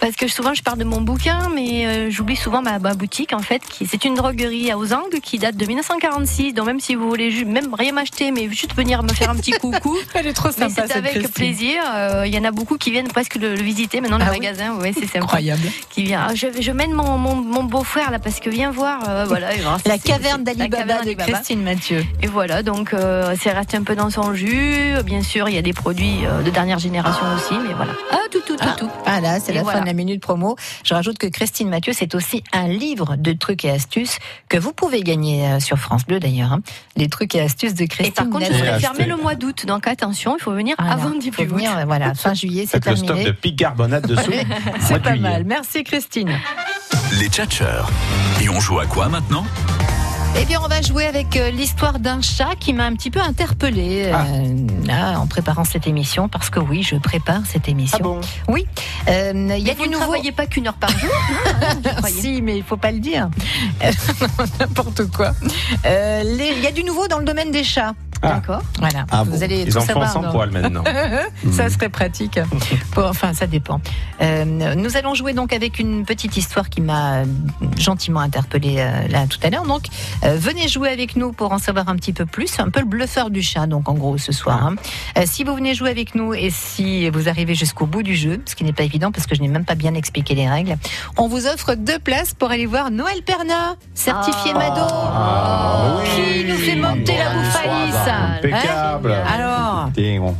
[SPEAKER 4] parce que souvent je parle de mon bouquin, mais euh, j'oublie souvent ma, ma boutique en fait. Qui c'est une droguerie à Ozangue qui date de 1946. Donc même si vous voulez ju- même rien m'acheter, mais juste venir me faire un petit coucou.
[SPEAKER 2] Elle est trop
[SPEAKER 4] mais
[SPEAKER 2] sympa,
[SPEAKER 4] C'est
[SPEAKER 2] cette
[SPEAKER 4] avec
[SPEAKER 2] Christine.
[SPEAKER 4] plaisir. Euh, Il y en a beaucoup qui viennent presque le, le visiter maintenant le
[SPEAKER 2] Ah oui
[SPEAKER 4] magasin. Ouais, c'est sympa.
[SPEAKER 2] Incroyable.
[SPEAKER 4] Qui vient. Ah, je, je mène mon, mon, mon beau-frère là parce que viens voir. euh, voilà. il va voir si
[SPEAKER 2] La
[SPEAKER 4] c'est-
[SPEAKER 2] caverne
[SPEAKER 4] c'est- la
[SPEAKER 2] d'Ali Baba
[SPEAKER 4] caverne
[SPEAKER 2] de
[SPEAKER 4] d'Ali Baba.
[SPEAKER 2] Christine Mathieu.
[SPEAKER 4] Et voilà, donc euh, c'est resté un peu dans son jus. Bien sûr, il y a des produits euh, de dernière génération aussi, mais voilà. Ah, tout, tout, tout, tout.
[SPEAKER 2] Ah là, c'est
[SPEAKER 4] Et
[SPEAKER 2] la
[SPEAKER 4] voilà.
[SPEAKER 2] fin de la minute promo. Je rajoute que Christine Mathieu, c'est aussi un livre de trucs et astuces que vous pouvez gagner euh, sur France Bleu d'ailleurs. hein. Les trucs et astuces de Christine
[SPEAKER 4] Et par contre, je
[SPEAKER 2] Mathieu.
[SPEAKER 4] serai fermé le mois d'août, donc attention, il faut venir
[SPEAKER 2] Voilà.
[SPEAKER 4] avant
[SPEAKER 2] Faut
[SPEAKER 4] début août.
[SPEAKER 2] venir, Voilà, fin juillet, c'est
[SPEAKER 3] Faites le stock
[SPEAKER 2] terminé.
[SPEAKER 3] de bicarbonate dessous.
[SPEAKER 2] Ouais, c'est pas mal. Merci Christine.
[SPEAKER 12] Les tchatcheurs. Et on joue à quoi maintenant
[SPEAKER 2] Eh bien, on va jouer avec euh, l'histoire d'un chat qui m'a un petit peu interpellée euh,
[SPEAKER 4] Ah.
[SPEAKER 2] là, en préparant cette émission, parce que oui, je prépare cette émission.
[SPEAKER 4] Ah
[SPEAKER 2] Oui. Euh, Il y a du nouveau.
[SPEAKER 4] Voyez pas qu'une heure par jour. hein,
[SPEAKER 2] si, mais il faut pas le dire. Euh, N'importe quoi. Euh, les- Il y a du nouveau dans le domaine des chats. D'accord. Voilà.
[SPEAKER 3] Ah
[SPEAKER 2] Vous
[SPEAKER 3] bon.
[SPEAKER 2] allez
[SPEAKER 3] Les
[SPEAKER 2] tout
[SPEAKER 3] enfants
[SPEAKER 2] savoir.
[SPEAKER 3] sans
[SPEAKER 2] dans-
[SPEAKER 3] poils maintenant.
[SPEAKER 2] ça serait pratique. Bon, enfin, ça dépend. Euh, nous allons jouer donc avec une petite histoire qui m'a euh, gentiment interpellée euh, là tout à l'heure. Donc, euh, venez jouer avec nous pour en savoir un petit peu plus. C'est un peu le bluffeur du chat, donc en gros ce soir. hein. Euh, si vous venez jouer avec nous et si vous arrivez jusqu'au bout du jeu, ce qui n'est pas évident parce que je n'ai même pas bien expliqué les règles, on vous offre deux places pour aller voir Noël Pernat, certifié Mado, qui nous fait monter la bouffaïs. hein.
[SPEAKER 5] Impeccable.
[SPEAKER 2] Alors.
[SPEAKER 5] Écoutez, on-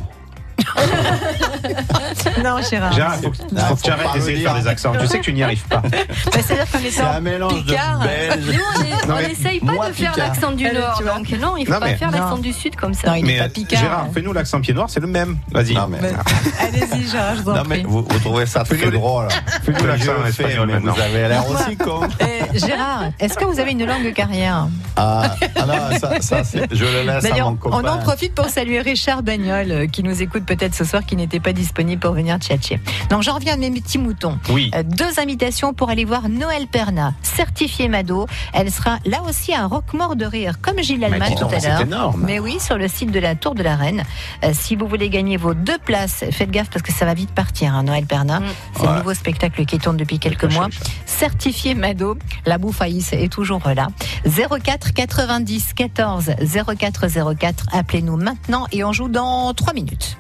[SPEAKER 2] non, Gérard.
[SPEAKER 3] Gérard, faut, que-
[SPEAKER 5] Ah,
[SPEAKER 3] faut que
[SPEAKER 5] faut
[SPEAKER 3] tu arrêtes
[SPEAKER 5] pas
[SPEAKER 3] d'essayer de faire des accents. Tu sais que tu n'y arrives pas.
[SPEAKER 2] Bah, C'est-à-dire qu'on est
[SPEAKER 3] C'est un mélange de Belge.
[SPEAKER 4] Nous, on est-
[SPEAKER 3] Non,
[SPEAKER 4] on
[SPEAKER 3] mais
[SPEAKER 4] n'essaye pas
[SPEAKER 3] moi,
[SPEAKER 4] de faire
[SPEAKER 3] Picard.
[SPEAKER 4] l'accent du
[SPEAKER 3] Elle,
[SPEAKER 4] Nord.
[SPEAKER 3] tu vois.
[SPEAKER 4] Donc non, il faut
[SPEAKER 3] Non,
[SPEAKER 4] pas
[SPEAKER 3] mais-
[SPEAKER 4] faire
[SPEAKER 3] Non.
[SPEAKER 4] l'accent du Sud comme ça.
[SPEAKER 3] mais euh, Gérard, fais-nous l'accent pied noir, c'est le même. Vas-y.
[SPEAKER 2] Allez-y, Gérard, je vous
[SPEAKER 5] Non, mais vous, vous trouvez ça très drôle.
[SPEAKER 3] Fais-nous
[SPEAKER 5] Je
[SPEAKER 3] l'accent
[SPEAKER 5] le fais,
[SPEAKER 3] espagnol
[SPEAKER 5] mais
[SPEAKER 3] maintenant.
[SPEAKER 5] Vous avez l'air aussi con.
[SPEAKER 2] Eh, Gérard, est-ce que vous avez une longue carrière
[SPEAKER 5] Ah, ah non, ça, ça, c'est- je le laisse à
[SPEAKER 2] D'ailleurs,
[SPEAKER 5] mon copain.
[SPEAKER 2] on en profite pour saluer Richard Bagnol, euh, qui nous écoute peut-être ce soir, qui n'était pas disponible pour venir tchatcher. Donc, j'en reviens à mes petits moutons.
[SPEAKER 6] Oui.
[SPEAKER 2] Euh, Deux invitations pour aller voir Noël Perna, certifiée Mado. Elle sera là aussi à Roquemort de Rire, comme Gilles Alma
[SPEAKER 6] dis
[SPEAKER 2] tout
[SPEAKER 6] donc,
[SPEAKER 2] à
[SPEAKER 6] c'est
[SPEAKER 2] l'heure.
[SPEAKER 6] énorme.
[SPEAKER 2] Mais oui, sur le site de la Tour de la Reine. Euh, si vous voulez gagner vos deux places, faites gaffe parce que ça va vite partir, hein, Noël Perna. C'est le nouveau spectacle qui tourne depuis quelques mois. Certifié Mado, la bouffaïs est toujours là. 04 90 14 04 04, appelez-nous maintenant et on joue dans 3 minutes.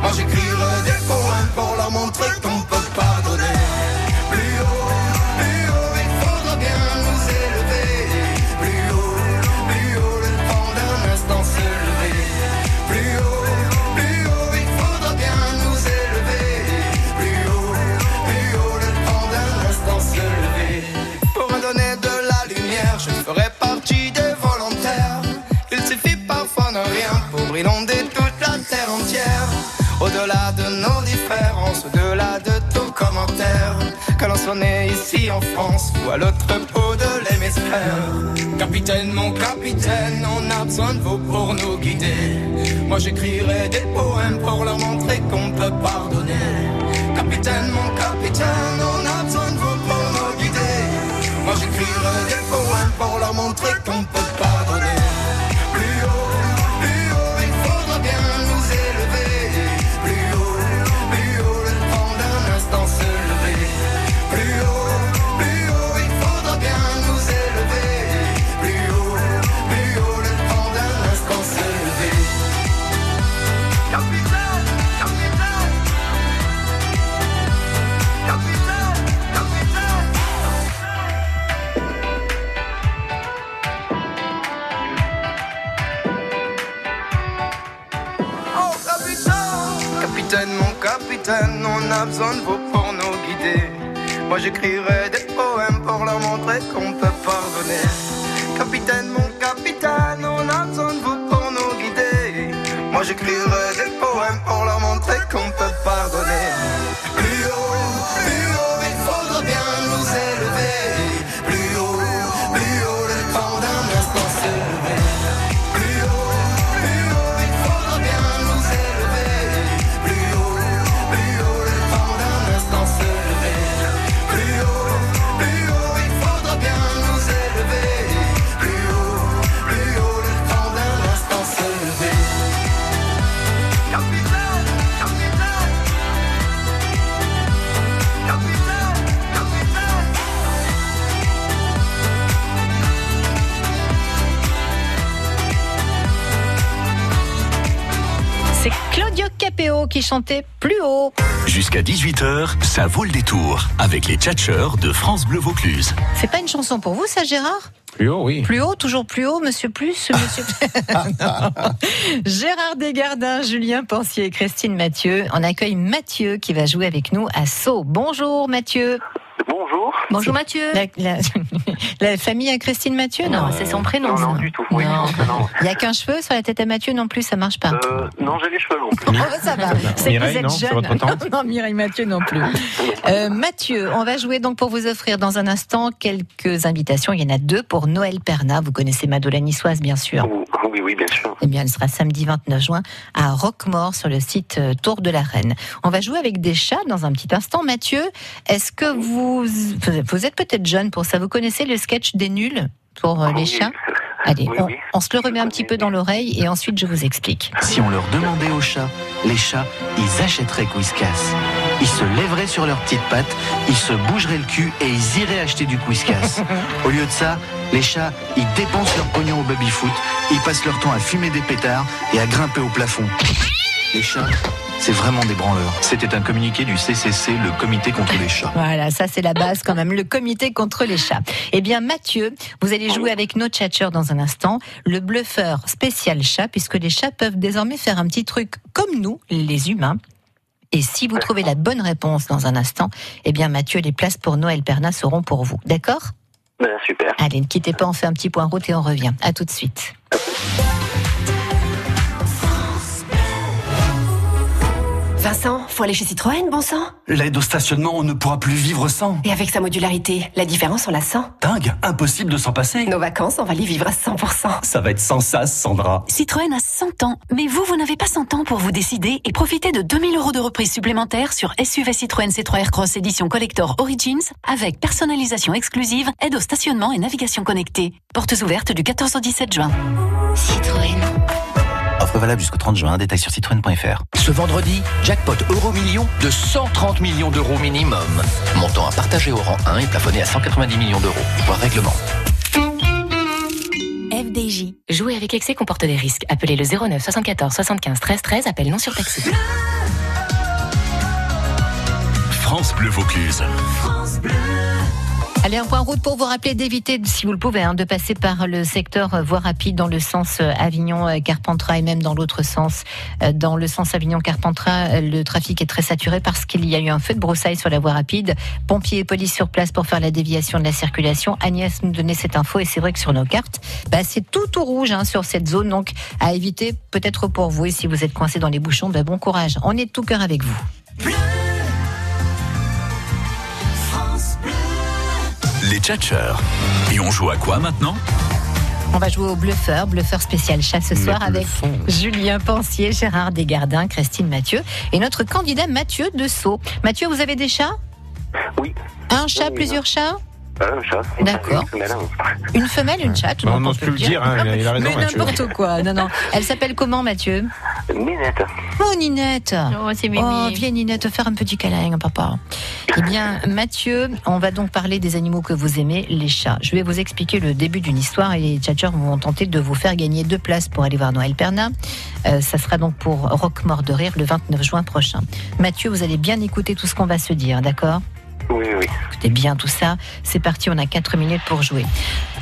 [SPEAKER 13] Moi j'écrirai des poèmes pour leur montrer qu'on peut pardonner. Plus haut, plus haut, il faudra bien nous élever. Plus haut, plus haut, le temps d'un instant se lever. Plus haut, plus haut, il faudra bien nous élever. Plus haut, plus haut, le temps d'un instant se lever. Pour me donner de la lumière, je ferai partie des volontaires. Il suffit parfois de rien pour inonder toute la terre entière. Au-delà de nos différences, au-delà de tout commentaire, que l'on soit né ici en France ou à l'autre bout de l'hémisphère. Capitaine, mon capitaine, on a besoin de vous pour nous guider. Moi j'écrirai des poèmes pour leur montrer qu'on peut pardonner. Capitaine, mon capitaine, on a besoin de vous pour nous guider. Moi j'écrirai des poèmes pour leur montrer qu'on peut pardonner. Plus haut, plus haut, il faudra bien nous élever. Plus haut, plus haut, le temps d'un instant se lever. Plus haut, plus haut, il faudra bien nous élever. Plus haut, plus haut, le temps d'un instant se lever. Capitaine, capitaine. Oh capitaine, capitaine, mon capitaine, on a besoin de vous pour nous guider. Moi j'écrirai des poèmes pour leur montrer qu'on peut pardonner. Capitaine, mon capitaine, on a besoin de vous pour nous guider. Moi j'écrirai des poèmes pour leur montrer qu'on peut pardonner. Plus haut, plus haut, il faudra bien nous élever. Plus haut, plus haut, le temps d'un instant se lever. Plus haut, plus haut, il faudra bien nous élever.
[SPEAKER 2] Claudio Capéo qui chantait plus haut.
[SPEAKER 12] Jusqu'à 18h, ça vaut le détour avec les tchatcheurs de France Bleu Vaucluse.
[SPEAKER 2] C'est pas une chanson pour vous, ça, Gérard
[SPEAKER 3] Plus haut, oui.
[SPEAKER 2] Plus haut, toujours plus haut, monsieur plus, monsieur. Non. Gérard Desgardins, Julien Pensier et Christine Mathieu. On accueille Mathieu qui va jouer avec nous à Sceaux. Bonjour, Mathieu.
[SPEAKER 11] Bonjour.
[SPEAKER 4] Bonjour Mathieu.
[SPEAKER 2] La, la- la famille à Christine Mathieu, non,
[SPEAKER 4] Non, c'est son prénom.
[SPEAKER 11] Non, non,
[SPEAKER 4] ça.
[SPEAKER 11] du tout. Oui,
[SPEAKER 2] Non.
[SPEAKER 11] non, non.
[SPEAKER 2] Il n'y a qu'un cheveu sur la tête à Mathieu non plus, ça marche pas.
[SPEAKER 11] Euh, non, j'ai les cheveux longs.
[SPEAKER 2] Oh, ça va. C'est que vous
[SPEAKER 3] Mireille,
[SPEAKER 2] êtes
[SPEAKER 3] non C'est
[SPEAKER 2] jeune.
[SPEAKER 3] votre tante
[SPEAKER 2] non, non, Mireille Mathieu non plus. Euh, Mathieu, on va jouer donc pour vous offrir dans un instant quelques invitations. Il y en a deux pour Noël Perna. Vous connaissez Madeleine Niçoise, bien sûr.
[SPEAKER 11] Oh, Oui, oui, bien sûr.
[SPEAKER 2] Eh bien, elle sera samedi 29 juin à Roquemort sur le site euh, Tour de la Reine. On va jouer avec des chats dans un petit instant. Mathieu, est-ce que vous, vous êtes peut-être jeune pour ça Vous connaissez le sketch des nuls pour euh, les chats Allez, on, on se le remet un petit peu dans l'oreille et ensuite je vous explique.
[SPEAKER 14] Si on leur demandait aux chats, les chats, ils achèteraient Quiscas. Ils se lèveraient sur leurs petites pattes, ils se bougeraient le cul et ils iraient acheter du Quiscas. au lieu de ça, les chats, ils dépensent leur pognon au baby-foot, ils passent leur temps à fumer des pétards et à grimper au plafond. Les chats, c'est vraiment des branleurs. C'était un communiqué du CCC, le comité contre les chats.
[SPEAKER 2] Voilà, ça c'est la base quand même, le comité contre les chats. Eh bien Mathieu, vous allez jouer avec nos tchatcheurs dans un instant, le bluffeur spécial chat, puisque les chats peuvent désormais faire un petit truc comme nous, les humains. Et si vous trouvez la bonne réponse dans un instant, eh bien Mathieu, les places pour Noël Perna seront pour vous. D'accord
[SPEAKER 11] Ben, super.
[SPEAKER 2] Allez, ne quittez pas, on fait un petit point route et on revient. À tout de suite.
[SPEAKER 10] Vincent, faut aller chez Citroën, bon sang
[SPEAKER 15] L'aide au stationnement, on ne pourra plus vivre sans.
[SPEAKER 10] Et avec sa modularité, la différence, on la sent.
[SPEAKER 15] Dingue, impossible de s'en passer.
[SPEAKER 10] Nos vacances, on va les vivre à 100%.
[SPEAKER 15] Ça va être sans sas, Sandra.
[SPEAKER 16] Citroën a 100 ans, mais vous, vous n'avez pas 100 ans pour vous décider et profitez de 2000 euros de reprise supplémentaire sur SUV Citroën C3 Aircross édition collector Origins avec personnalisation exclusive, aide au stationnement et navigation connectée. Portes ouvertes du 14 au 17 juin. Citroën.
[SPEAKER 14] Offre valable jusqu'au 30 juin, détail sur citroën.fr.
[SPEAKER 17] Ce vendredi, jackpot euro million de 130 millions d'euros minimum. Montant à partager au rang 1 et plafonné à 190 millions d'euros. Voir règlement.
[SPEAKER 10] FDJ. Jouer avec excès comporte des risques. Appelez le 09 74 75 13 13, appel non surtaxé.
[SPEAKER 12] France Bleu Vaucluse.
[SPEAKER 2] Allez, un point route pour vous rappeler d'éviter, si vous le pouvez, hein, de passer par le secteur euh, voie rapide dans le sens euh, Avignon-Carpentras et même dans l'autre sens. Euh, Dans le sens Avignon-Carpentras, euh, le trafic est très saturé parce qu'il y a eu un feu de broussailles sur la voie rapide. Pompiers et police sur place pour faire la déviation de la circulation. Agnès nous donnait cette info et c'est vrai que sur nos cartes, bah, c'est tout au rouge hein, sur cette zone. Donc, à éviter peut-être pour vous. Et si vous êtes coincé dans les bouchons, bah, bon courage. On est de tout cœur avec vous.
[SPEAKER 12] Les tchatcheurs. Et on joue à quoi maintenant
[SPEAKER 2] On va jouer au bluffeur, bluffeur spécial chat ce soir avec Julien Pensier, Gérard Desgardins, Christine Mathieu et notre candidat Mathieu de Sceaux. Mathieu, vous avez des chats
[SPEAKER 11] Oui.
[SPEAKER 2] Un chat, plusieurs chats
[SPEAKER 11] Un chat.
[SPEAKER 2] D'accord. Une femelle, une chatte
[SPEAKER 3] Bah, on
[SPEAKER 2] donc
[SPEAKER 3] n'ose
[SPEAKER 2] peut
[SPEAKER 3] plus le dire, hein, il a- il a raison,
[SPEAKER 2] Mais
[SPEAKER 3] Mathieu.
[SPEAKER 2] n'importe quoi, non, non. Elle s'appelle comment, Mathieu
[SPEAKER 11] Minette.
[SPEAKER 2] Oh, Ninette
[SPEAKER 4] Oh, c'est mimi.
[SPEAKER 2] Oh, viens, Ninette, faire un petit câlin, hein, papa. Eh bien, Mathieu, on va donc parler des animaux que vous aimez, les chats. Je vais vous expliquer le début d'une histoire et les tchatcheurs vont tenter de vous faire gagner deux places pour aller voir Noël Perna. Euh, ça sera donc pour Rock Mort de Rire le 29 juin prochain. Mathieu, vous allez bien écouter tout ce qu'on va se dire, d'accord
[SPEAKER 11] Oui, oui.
[SPEAKER 2] Écoutez bien tout ça. C'est parti, on a 4 minutes pour jouer.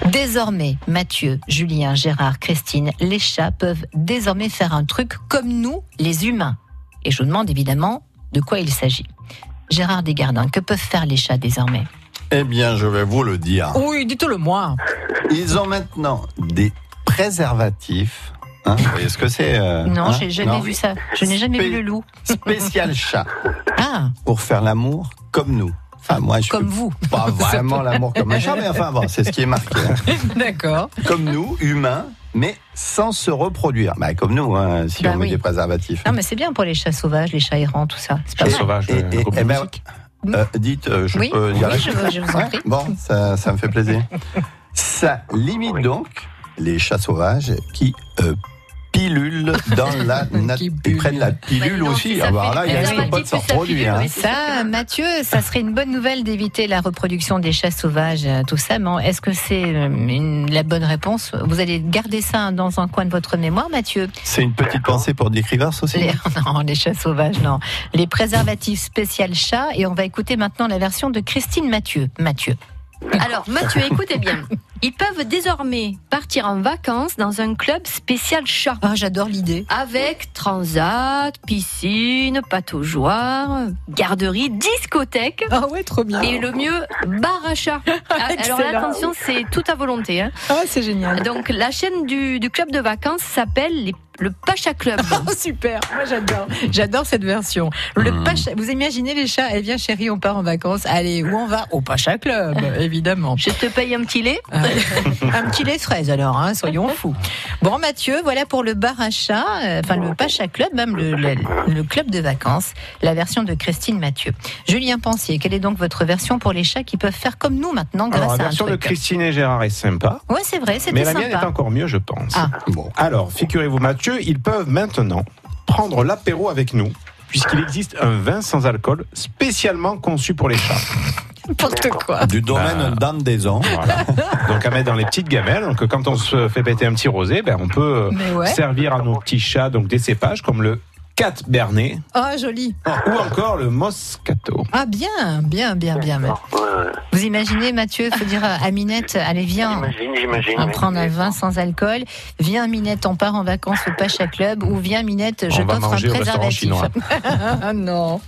[SPEAKER 2] Désormais, Mathieu, Julien, Gérard, Christine, les chats peuvent désormais faire un truc comme nous, les humains. Et je vous demande évidemment de quoi il s'agit. Gérard Desgardins, que peuvent faire les chats désormais
[SPEAKER 5] Eh bien, je vais vous le dire.
[SPEAKER 2] Oui, dites-le moi.
[SPEAKER 5] Ils ont maintenant des préservatifs. Hein, vous voyez ce que c'est euh,
[SPEAKER 2] Non,
[SPEAKER 5] hein
[SPEAKER 2] j'ai jamais
[SPEAKER 5] Non.
[SPEAKER 2] vu ça. Je n'ai jamais vu
[SPEAKER 5] Spé-
[SPEAKER 2] le loup.
[SPEAKER 5] Spécial chat.
[SPEAKER 2] Ah,
[SPEAKER 5] Pour faire l'amour comme nous. Enfin, moi, je
[SPEAKER 2] comme
[SPEAKER 5] suis
[SPEAKER 2] vous.
[SPEAKER 5] Pas vraiment l'amour comme un chat, mais enfin, bon, c'est ce qui est marqué. hein.
[SPEAKER 2] D'accord.
[SPEAKER 5] Comme nous, humains, mais sans se reproduire. Bah, comme nous, hein, si
[SPEAKER 2] Bah
[SPEAKER 5] on met
[SPEAKER 2] oui.
[SPEAKER 5] des préservatifs.
[SPEAKER 2] Non, mais c'est bien pour les chats sauvages, les chats errants, tout ça. C'est pas mal.
[SPEAKER 5] Et- et- eh ben, euh, dites, euh, je
[SPEAKER 2] Oui,
[SPEAKER 5] peux
[SPEAKER 2] oui,
[SPEAKER 5] dire la
[SPEAKER 2] je-
[SPEAKER 5] suite
[SPEAKER 2] je vous en
[SPEAKER 5] Ouais,
[SPEAKER 2] prie.
[SPEAKER 5] Bon, ça, ça me fait plaisir. Ça limite donc les chats sauvages qui euh, pilule dans la nature. Ils prennent la pilule aussi. Ah, bah, là, il y a risque pas de se reproduire. hein.
[SPEAKER 2] Ça, Mathieu, ça serait une bonne nouvelle d'éviter la reproduction des chats sauvages, euh, tout ça. Mais est-ce que c'est euh, une- la bonne réponse Vous allez garder ça dans un coin de votre mémoire, Mathieu.
[SPEAKER 5] C'est une petite
[SPEAKER 2] Ah.
[SPEAKER 5] pensée pour Dick Rivers aussi.
[SPEAKER 2] Les, non, les chats sauvages, non. Les préservatifs spécial chat. Et on va écouter maintenant la version de Christine Mathieu. Mathieu.
[SPEAKER 4] Alors, Mathieu, écoutez bien. Ils peuvent désormais partir en vacances dans un club spécial chat.
[SPEAKER 2] Ah, j'adore l'idée.
[SPEAKER 4] Avec transat, piscine, pataugeoire, garderie, discothèque.
[SPEAKER 2] Ah ouais, trop bien.
[SPEAKER 4] Et le mieux, bar à chat. Ah, Alors là,
[SPEAKER 2] Excellent.
[SPEAKER 4] attention, c'est tout à volonté. hein.
[SPEAKER 2] Ah, c'est génial.
[SPEAKER 4] Donc, la chaîne du, du club de vacances s'appelle les- le Pacha Club.
[SPEAKER 2] Oh, super, moi j'adore. J'adore cette version. Le Pacha- vous imaginez les chats, eh bien chérie, on part en vacances. Allez, où on va Au Pacha Club, évidemment.
[SPEAKER 4] Je te paye un petit lait.
[SPEAKER 2] un petit lait fraise alors, hein, soyons fous. Bon Mathieu, voilà pour le bar à chat, euh, enfin le Pacha Club, même le, le- le club de vacances, la version de Christine Mathieu. Julien Pensier, quelle est donc votre version pour les chats qui peuvent faire comme nous maintenant grâce
[SPEAKER 3] Alors, la
[SPEAKER 2] à un
[SPEAKER 3] version de
[SPEAKER 2] truc
[SPEAKER 3] Christine et Gérard est sympa.
[SPEAKER 2] Ouais, c'est vrai, c'était
[SPEAKER 3] Mais la
[SPEAKER 2] sympa.
[SPEAKER 3] mienne est encore mieux, je pense.
[SPEAKER 2] Ah.
[SPEAKER 3] Bon. Alors, figurez-vous, Mathieu, ils peuvent maintenant prendre l'apéro avec nous, puisqu'il existe un vin sans alcool spécialement conçu pour les chats.
[SPEAKER 2] N'importe quoi.
[SPEAKER 5] Du domaine
[SPEAKER 2] Bah.
[SPEAKER 5] d'un des ans.
[SPEAKER 3] Donc, à mettre dans les petites gamelles. Donc, quand on se fait péter un petit rosé, ben, on peut
[SPEAKER 2] Mais ouais.
[SPEAKER 3] servir à nos petits chats donc, des cépages comme le 4 Bernet
[SPEAKER 2] Oh, joli.
[SPEAKER 3] ou encore le Moscato.
[SPEAKER 2] Ah bien, bien, bien, bien.
[SPEAKER 11] Oh, euh,
[SPEAKER 2] Vous imaginez, Mathieu, faut dire à à Minette, allez viens,
[SPEAKER 7] J'imagine, j'imagine.
[SPEAKER 2] on prend un vin sans alcool. Viens Minette, on part en vacances au Pacha Club ou viens Minette, je
[SPEAKER 3] On va
[SPEAKER 2] t'offre un
[SPEAKER 3] manger au
[SPEAKER 2] préservatif.
[SPEAKER 3] restaurant
[SPEAKER 2] Ah non.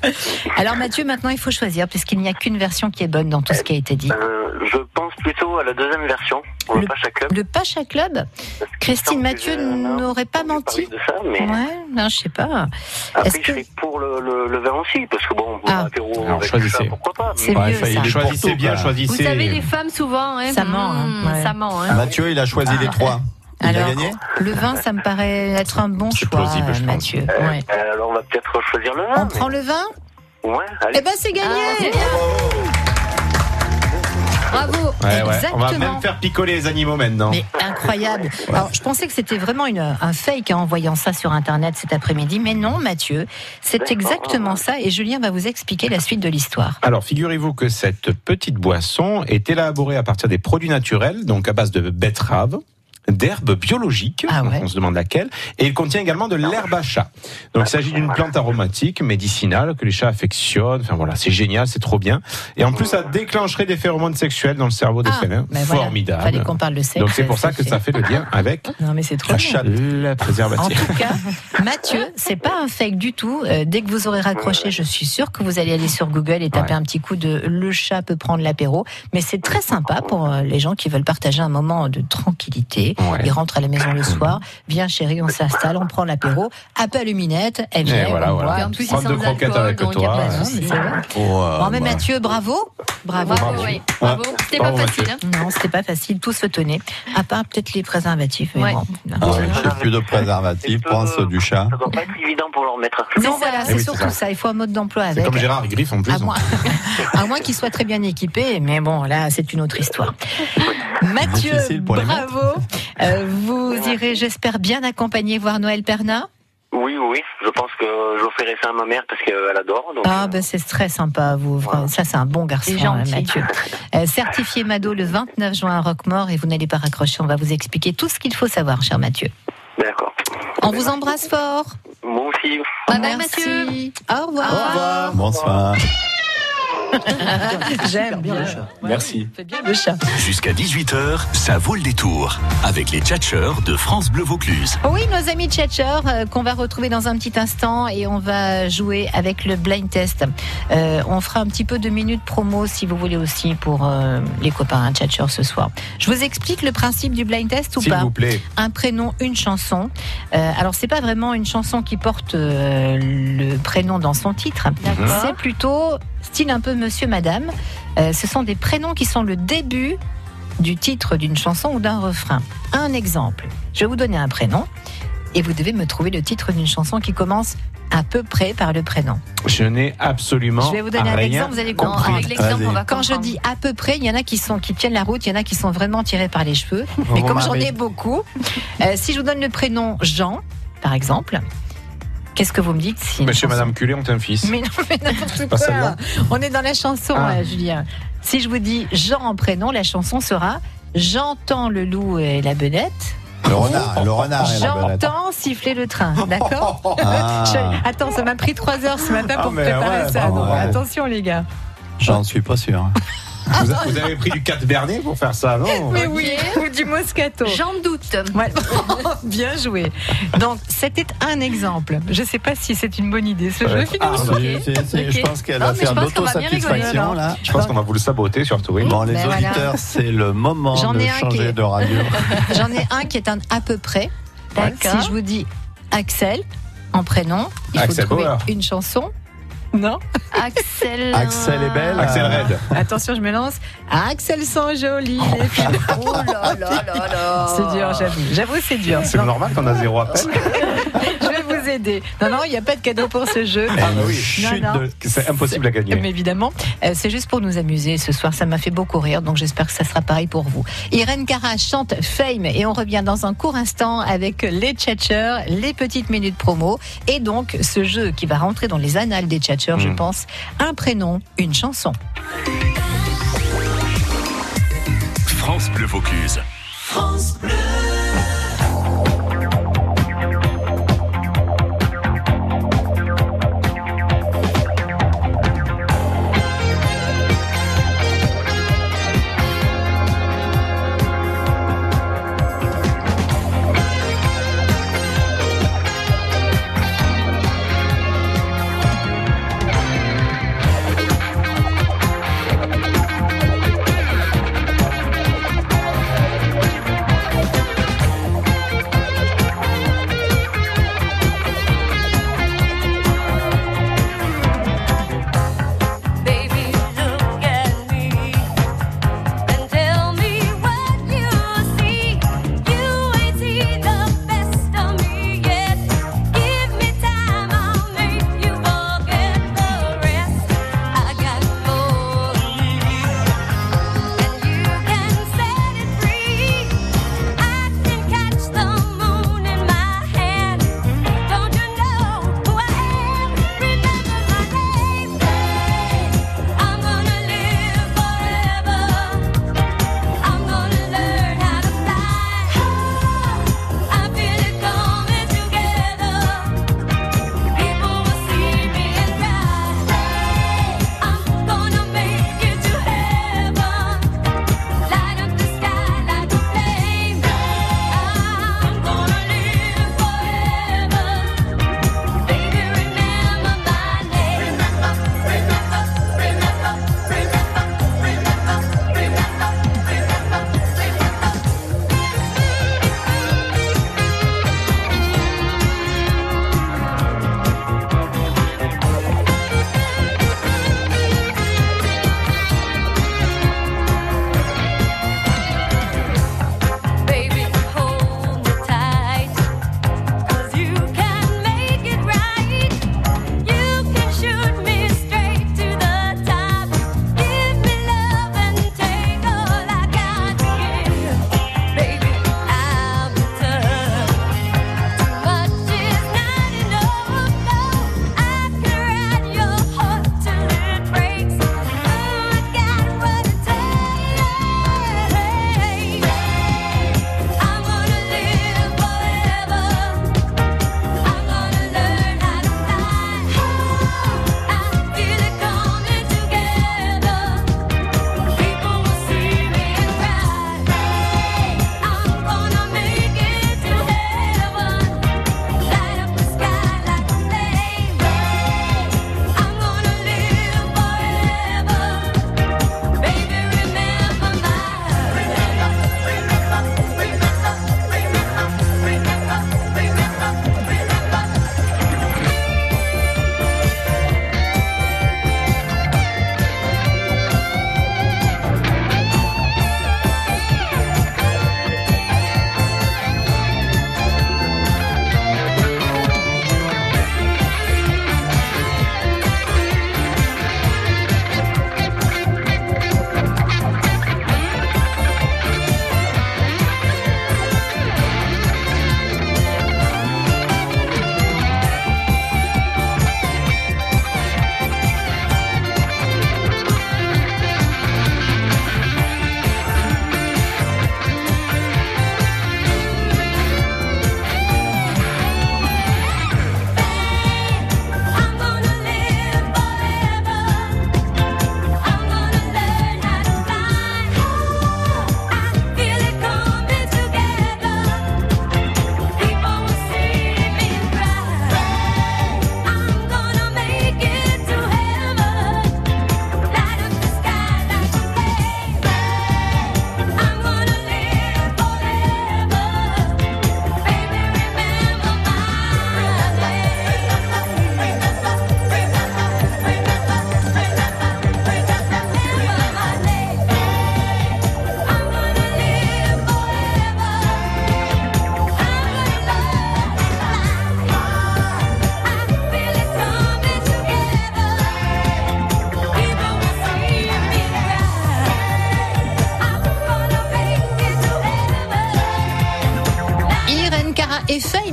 [SPEAKER 2] Alors Mathieu, maintenant il faut choisir puisqu'il n'y a qu'une version qui est bonne dans tout ce qui a été dit.
[SPEAKER 7] Euh, je pense plutôt à la deuxième version, pour le, Pacha Club.
[SPEAKER 2] Le Pacha Club, Christine Mathieu n'aurait pas menti.
[SPEAKER 7] de ça, mais-
[SPEAKER 2] Ouais, non, je sais pas. Est-ce
[SPEAKER 7] Après, je
[SPEAKER 2] que
[SPEAKER 7] vais pour le, le, le vin aussi, parce que bon,
[SPEAKER 2] Ah.
[SPEAKER 7] apéro
[SPEAKER 3] Alors,
[SPEAKER 7] avec
[SPEAKER 3] choisissez.
[SPEAKER 7] ça, pourquoi pas
[SPEAKER 2] C'est
[SPEAKER 7] mais-
[SPEAKER 2] mieux, ça.
[SPEAKER 3] Choisissez bien,
[SPEAKER 2] Ah,
[SPEAKER 4] Vous
[SPEAKER 3] choisissez.
[SPEAKER 4] savez, les femmes, souvent, hein,
[SPEAKER 2] Ça ment, hein,
[SPEAKER 4] hmm,
[SPEAKER 2] ouais.
[SPEAKER 4] ça ment. hein.
[SPEAKER 5] Ah. Mathieu, il a choisi les trois. Il a
[SPEAKER 2] Ah. alors
[SPEAKER 5] gagné
[SPEAKER 2] le vin, ça me paraît être un bon choix,
[SPEAKER 5] plausible, je pense.
[SPEAKER 2] Mathieu.
[SPEAKER 7] Euh,
[SPEAKER 2] Ouais.
[SPEAKER 7] euh, alors, on va peut-être choisir le
[SPEAKER 2] On
[SPEAKER 7] vin.
[SPEAKER 2] prend le vin
[SPEAKER 7] mais- Ouais, allez.
[SPEAKER 2] Eh ben c'est gagné Bravo
[SPEAKER 3] Ouais, ouais. On va
[SPEAKER 2] Exactement
[SPEAKER 3] même faire picoler les animaux maintenant.
[SPEAKER 2] mais incroyable. Alors, je pensais que c'était vraiment une, un fake hein, en voyant ça sur Internet cet après-midi, mais non, Mathieu, c'est exactement ça. Et Julien va vous expliquer la suite de l'histoire.
[SPEAKER 3] Alors, figurez-vous que cette petite boisson est élaborée à partir des produits naturels, donc à base de betteraves, d'herbes biologiques,
[SPEAKER 2] Ah
[SPEAKER 3] on se demande laquelle, et il contient également de l'herbe à chat. Donc, il s'agit d'une plante aromatique, médicinale, que les chats affectionnent. Enfin voilà, c'est génial, c'est trop bien. Et en plus, ça déclencherait des phéromones sexuels dans le cerveau des félins.
[SPEAKER 2] ben voilà,
[SPEAKER 3] Formidable.
[SPEAKER 2] fallait qu'on parle de sexe,
[SPEAKER 3] Donc, c'est pour
[SPEAKER 2] ça
[SPEAKER 3] ça que
[SPEAKER 2] fait.
[SPEAKER 3] ça fait le lien avec
[SPEAKER 2] Non, mais c'est trop
[SPEAKER 3] la
[SPEAKER 2] bien.
[SPEAKER 3] chatte, la
[SPEAKER 2] En
[SPEAKER 3] préservative.
[SPEAKER 2] tout cas, Mathieu, c'est pas un fake du tout. Euh, dès que vous aurez raccroché, je suis sûre que vous allez aller sur Google et taper un petit coup de le chat peut prendre l'apéro. Mais c'est très sympa pour euh, les gens qui veulent partager un moment de tranquillité. Ils rentrent à la maison le
[SPEAKER 3] Mm-hmm.
[SPEAKER 2] soir. Viens chérie, on s'installe, on prend l'apéro. Appelle Minette, elle vient,
[SPEAKER 3] Et Eh, voilà,
[SPEAKER 2] on
[SPEAKER 3] voilà.
[SPEAKER 2] boit.
[SPEAKER 3] En plus, ils Prendre sont deux sans croquettes alcool, avec donc y a toi, pas de hein. souci.
[SPEAKER 2] C'est vrai. Bon,
[SPEAKER 3] Ah, bah.
[SPEAKER 2] mais Mathieu, bravo. Ah, Bravo.
[SPEAKER 4] Bravo, oui. Bravo. C'était pas
[SPEAKER 2] Bravo,
[SPEAKER 4] facile. hein.
[SPEAKER 2] Non, c'était pas facile. Tous se tenaient. À part peut-être les préservatifs. mais
[SPEAKER 4] Ouais.
[SPEAKER 2] bon.
[SPEAKER 5] Ah ouais, J'ai plus de préservatif, prends ceux du chat.
[SPEAKER 7] Ça doit pas être évident pour leur mettre.
[SPEAKER 2] ben, Non, voilà,
[SPEAKER 5] Eh
[SPEAKER 2] c'est
[SPEAKER 5] oui,
[SPEAKER 2] surtout
[SPEAKER 5] c'est
[SPEAKER 2] ça.
[SPEAKER 5] ça.
[SPEAKER 2] Il faut un mode d'emploi avec.
[SPEAKER 3] C'est comme Gérard et Griff en plus. hein.
[SPEAKER 2] À moins, à moins qu'il soit très bien équipé, mais bon, là, c'est une autre histoire. Mathieu,
[SPEAKER 5] Difficile pour les
[SPEAKER 2] bravo. Euh, vous irez, j'espère, bien accompagner voir Noël Perna.
[SPEAKER 7] Oui, oui, oui. Je pense que j'offrirai ça à ma mère parce qu'elle adore. Donc,
[SPEAKER 2] Ah, ben c'est très sympa, vous. Enfin, Ça, c'est un bon garçon,
[SPEAKER 4] C'est gentil.
[SPEAKER 2] hein, Mathieu. Euh, certifié Mado le 29 juin à Roquemort et vous n'allez pas raccrocher. On va vous expliquer tout ce qu'il faut savoir, cher Mathieu.
[SPEAKER 7] D'accord.
[SPEAKER 2] On vous embrasse fort.
[SPEAKER 7] Moi aussi.
[SPEAKER 4] Bye bye,
[SPEAKER 2] Merci.
[SPEAKER 4] Mathieu.
[SPEAKER 2] Au revoir.
[SPEAKER 5] Bonsoir.
[SPEAKER 2] J'aime bien.
[SPEAKER 12] Merci.
[SPEAKER 2] C'est bien le chat.
[SPEAKER 12] Jusqu'à 18h, ça vaut le détour avec les tchatcheurs de France Bleu Vaucluse.
[SPEAKER 2] Oui, nos amis Tchatchers, euh, qu'on va retrouver dans un petit instant et on va jouer avec le blind test. Euh, on fera un petit peu de minutes promo si vous voulez aussi pour euh, les copains Tchatchers ce soir. Je vous explique le principe du blind test ou
[SPEAKER 3] S'il
[SPEAKER 2] pas
[SPEAKER 3] vous plaît.
[SPEAKER 2] un prénom, une chanson. Euh, alors c'est pas vraiment une chanson qui porte euh, le prénom dans son titre.
[SPEAKER 4] D'accord.
[SPEAKER 2] C'est plutôt style un peu Monsieur Madame. Euh, ce sont des prénoms qui sont le début du titre d'une chanson ou d'un refrain. Un exemple. Je vais vous donner un prénom et vous devez me trouver le titre d'une chanson qui commence à peu près par le prénom.
[SPEAKER 3] Je n'ai absolument
[SPEAKER 2] Je vais vous donner un
[SPEAKER 3] rien
[SPEAKER 2] exemple, vous allez
[SPEAKER 4] Non,
[SPEAKER 2] comprendre.
[SPEAKER 4] avec l'exemple, on va
[SPEAKER 2] Quand je
[SPEAKER 4] comprendre.
[SPEAKER 2] dis à peu près, il y en a qui sont qui tiennent la route, il y en a qui sont vraiment tirés par les cheveux. Mais
[SPEAKER 5] vous
[SPEAKER 2] comme j'en
[SPEAKER 5] marrez.
[SPEAKER 2] ai beaucoup, euh, si je vous donne le prénom Jean, par exemple, qu'est-ce que vous me dites si une
[SPEAKER 3] Monsieur,
[SPEAKER 2] chanson-
[SPEAKER 3] madame Culé ont un fils.
[SPEAKER 2] Mais non, mais n'importe
[SPEAKER 3] Pas
[SPEAKER 2] quoi.
[SPEAKER 3] celle-là.
[SPEAKER 2] On est dans la chanson,
[SPEAKER 3] Ah.
[SPEAKER 2] là, Julien. Si je vous dis Jean en prénom, la chanson sera J'entends le loup et la benette.
[SPEAKER 5] Le renard, le renard Ah, et la belette.
[SPEAKER 2] J'entends siffler le train, d'accord
[SPEAKER 5] Ah.
[SPEAKER 2] Je- Attends, ça m'a pris trois heures ce matin
[SPEAKER 5] Ah,
[SPEAKER 2] pour
[SPEAKER 5] mais
[SPEAKER 2] préparer
[SPEAKER 5] ouais,
[SPEAKER 2] ça.
[SPEAKER 5] bah
[SPEAKER 2] donc
[SPEAKER 5] ouais.
[SPEAKER 2] Attention les gars.
[SPEAKER 5] J'en suis pas sûr.
[SPEAKER 3] Vous, a- vous avez pris du 4 Bernet pour faire ça, non
[SPEAKER 2] Mais oui, ou du Moscato. J'en doute. Bien joué. Donc, c'était un exemple. Je ne sais pas si c'est une bonne idée ce jeu,
[SPEAKER 5] Ah,
[SPEAKER 2] finalement.
[SPEAKER 5] si, si, si,
[SPEAKER 2] Ok.
[SPEAKER 5] Je pense qu'elle
[SPEAKER 2] Non,
[SPEAKER 5] va
[SPEAKER 2] mais
[SPEAKER 5] faire
[SPEAKER 2] je
[SPEAKER 5] de
[SPEAKER 2] pense qu'on va bien
[SPEAKER 5] l'autosatisfaction
[SPEAKER 2] rigoler,
[SPEAKER 5] là.
[SPEAKER 3] Je pense qu'on va vous le saboter surtout. Oui.
[SPEAKER 5] Bon, les
[SPEAKER 2] Ben voilà.
[SPEAKER 5] auditeurs, c'est le moment
[SPEAKER 2] J'en
[SPEAKER 5] de
[SPEAKER 2] ai un qui
[SPEAKER 5] changer
[SPEAKER 2] est-
[SPEAKER 5] de radio.
[SPEAKER 2] J'en ai un qui est un à peu près.
[SPEAKER 4] D'accord.
[SPEAKER 2] Si je vous dis Axel en prénom, il
[SPEAKER 3] Axel
[SPEAKER 2] faut trouver
[SPEAKER 3] Bauer.
[SPEAKER 2] une chanson. Non Axel.
[SPEAKER 5] Axel est belle.
[SPEAKER 3] Axel
[SPEAKER 5] euh,
[SPEAKER 3] Red.
[SPEAKER 2] Attention, je me lance. Axel sont jolis. les filles. Oh là là là là. C'est dur, j'avoue. J'avoue, c'est dur.
[SPEAKER 3] C'est normal qu'on a zéro appel.
[SPEAKER 2] Je vais vous aider. Non, non, il n'y a pas de cadeau pour ce jeu.
[SPEAKER 3] Ah bah oui.
[SPEAKER 2] Non,
[SPEAKER 3] Chute
[SPEAKER 2] non.
[SPEAKER 3] de- C'est impossible à gagner.
[SPEAKER 2] Mais évidemment, euh, c'est juste pour nous amuser ce soir. Ça m'a fait beaucoup rire, donc j'espère que ça sera pareil pour vous. Irène Cara chante Fame et on revient dans un court instant avec les tchatchers, les petites minutes promo et donc ce jeu qui va rentrer dans les annales des tchatchers,
[SPEAKER 3] Mm.
[SPEAKER 2] je pense. Un prénom, une chanson.
[SPEAKER 12] France Bleu Vaucluse.
[SPEAKER 6] France Bleu.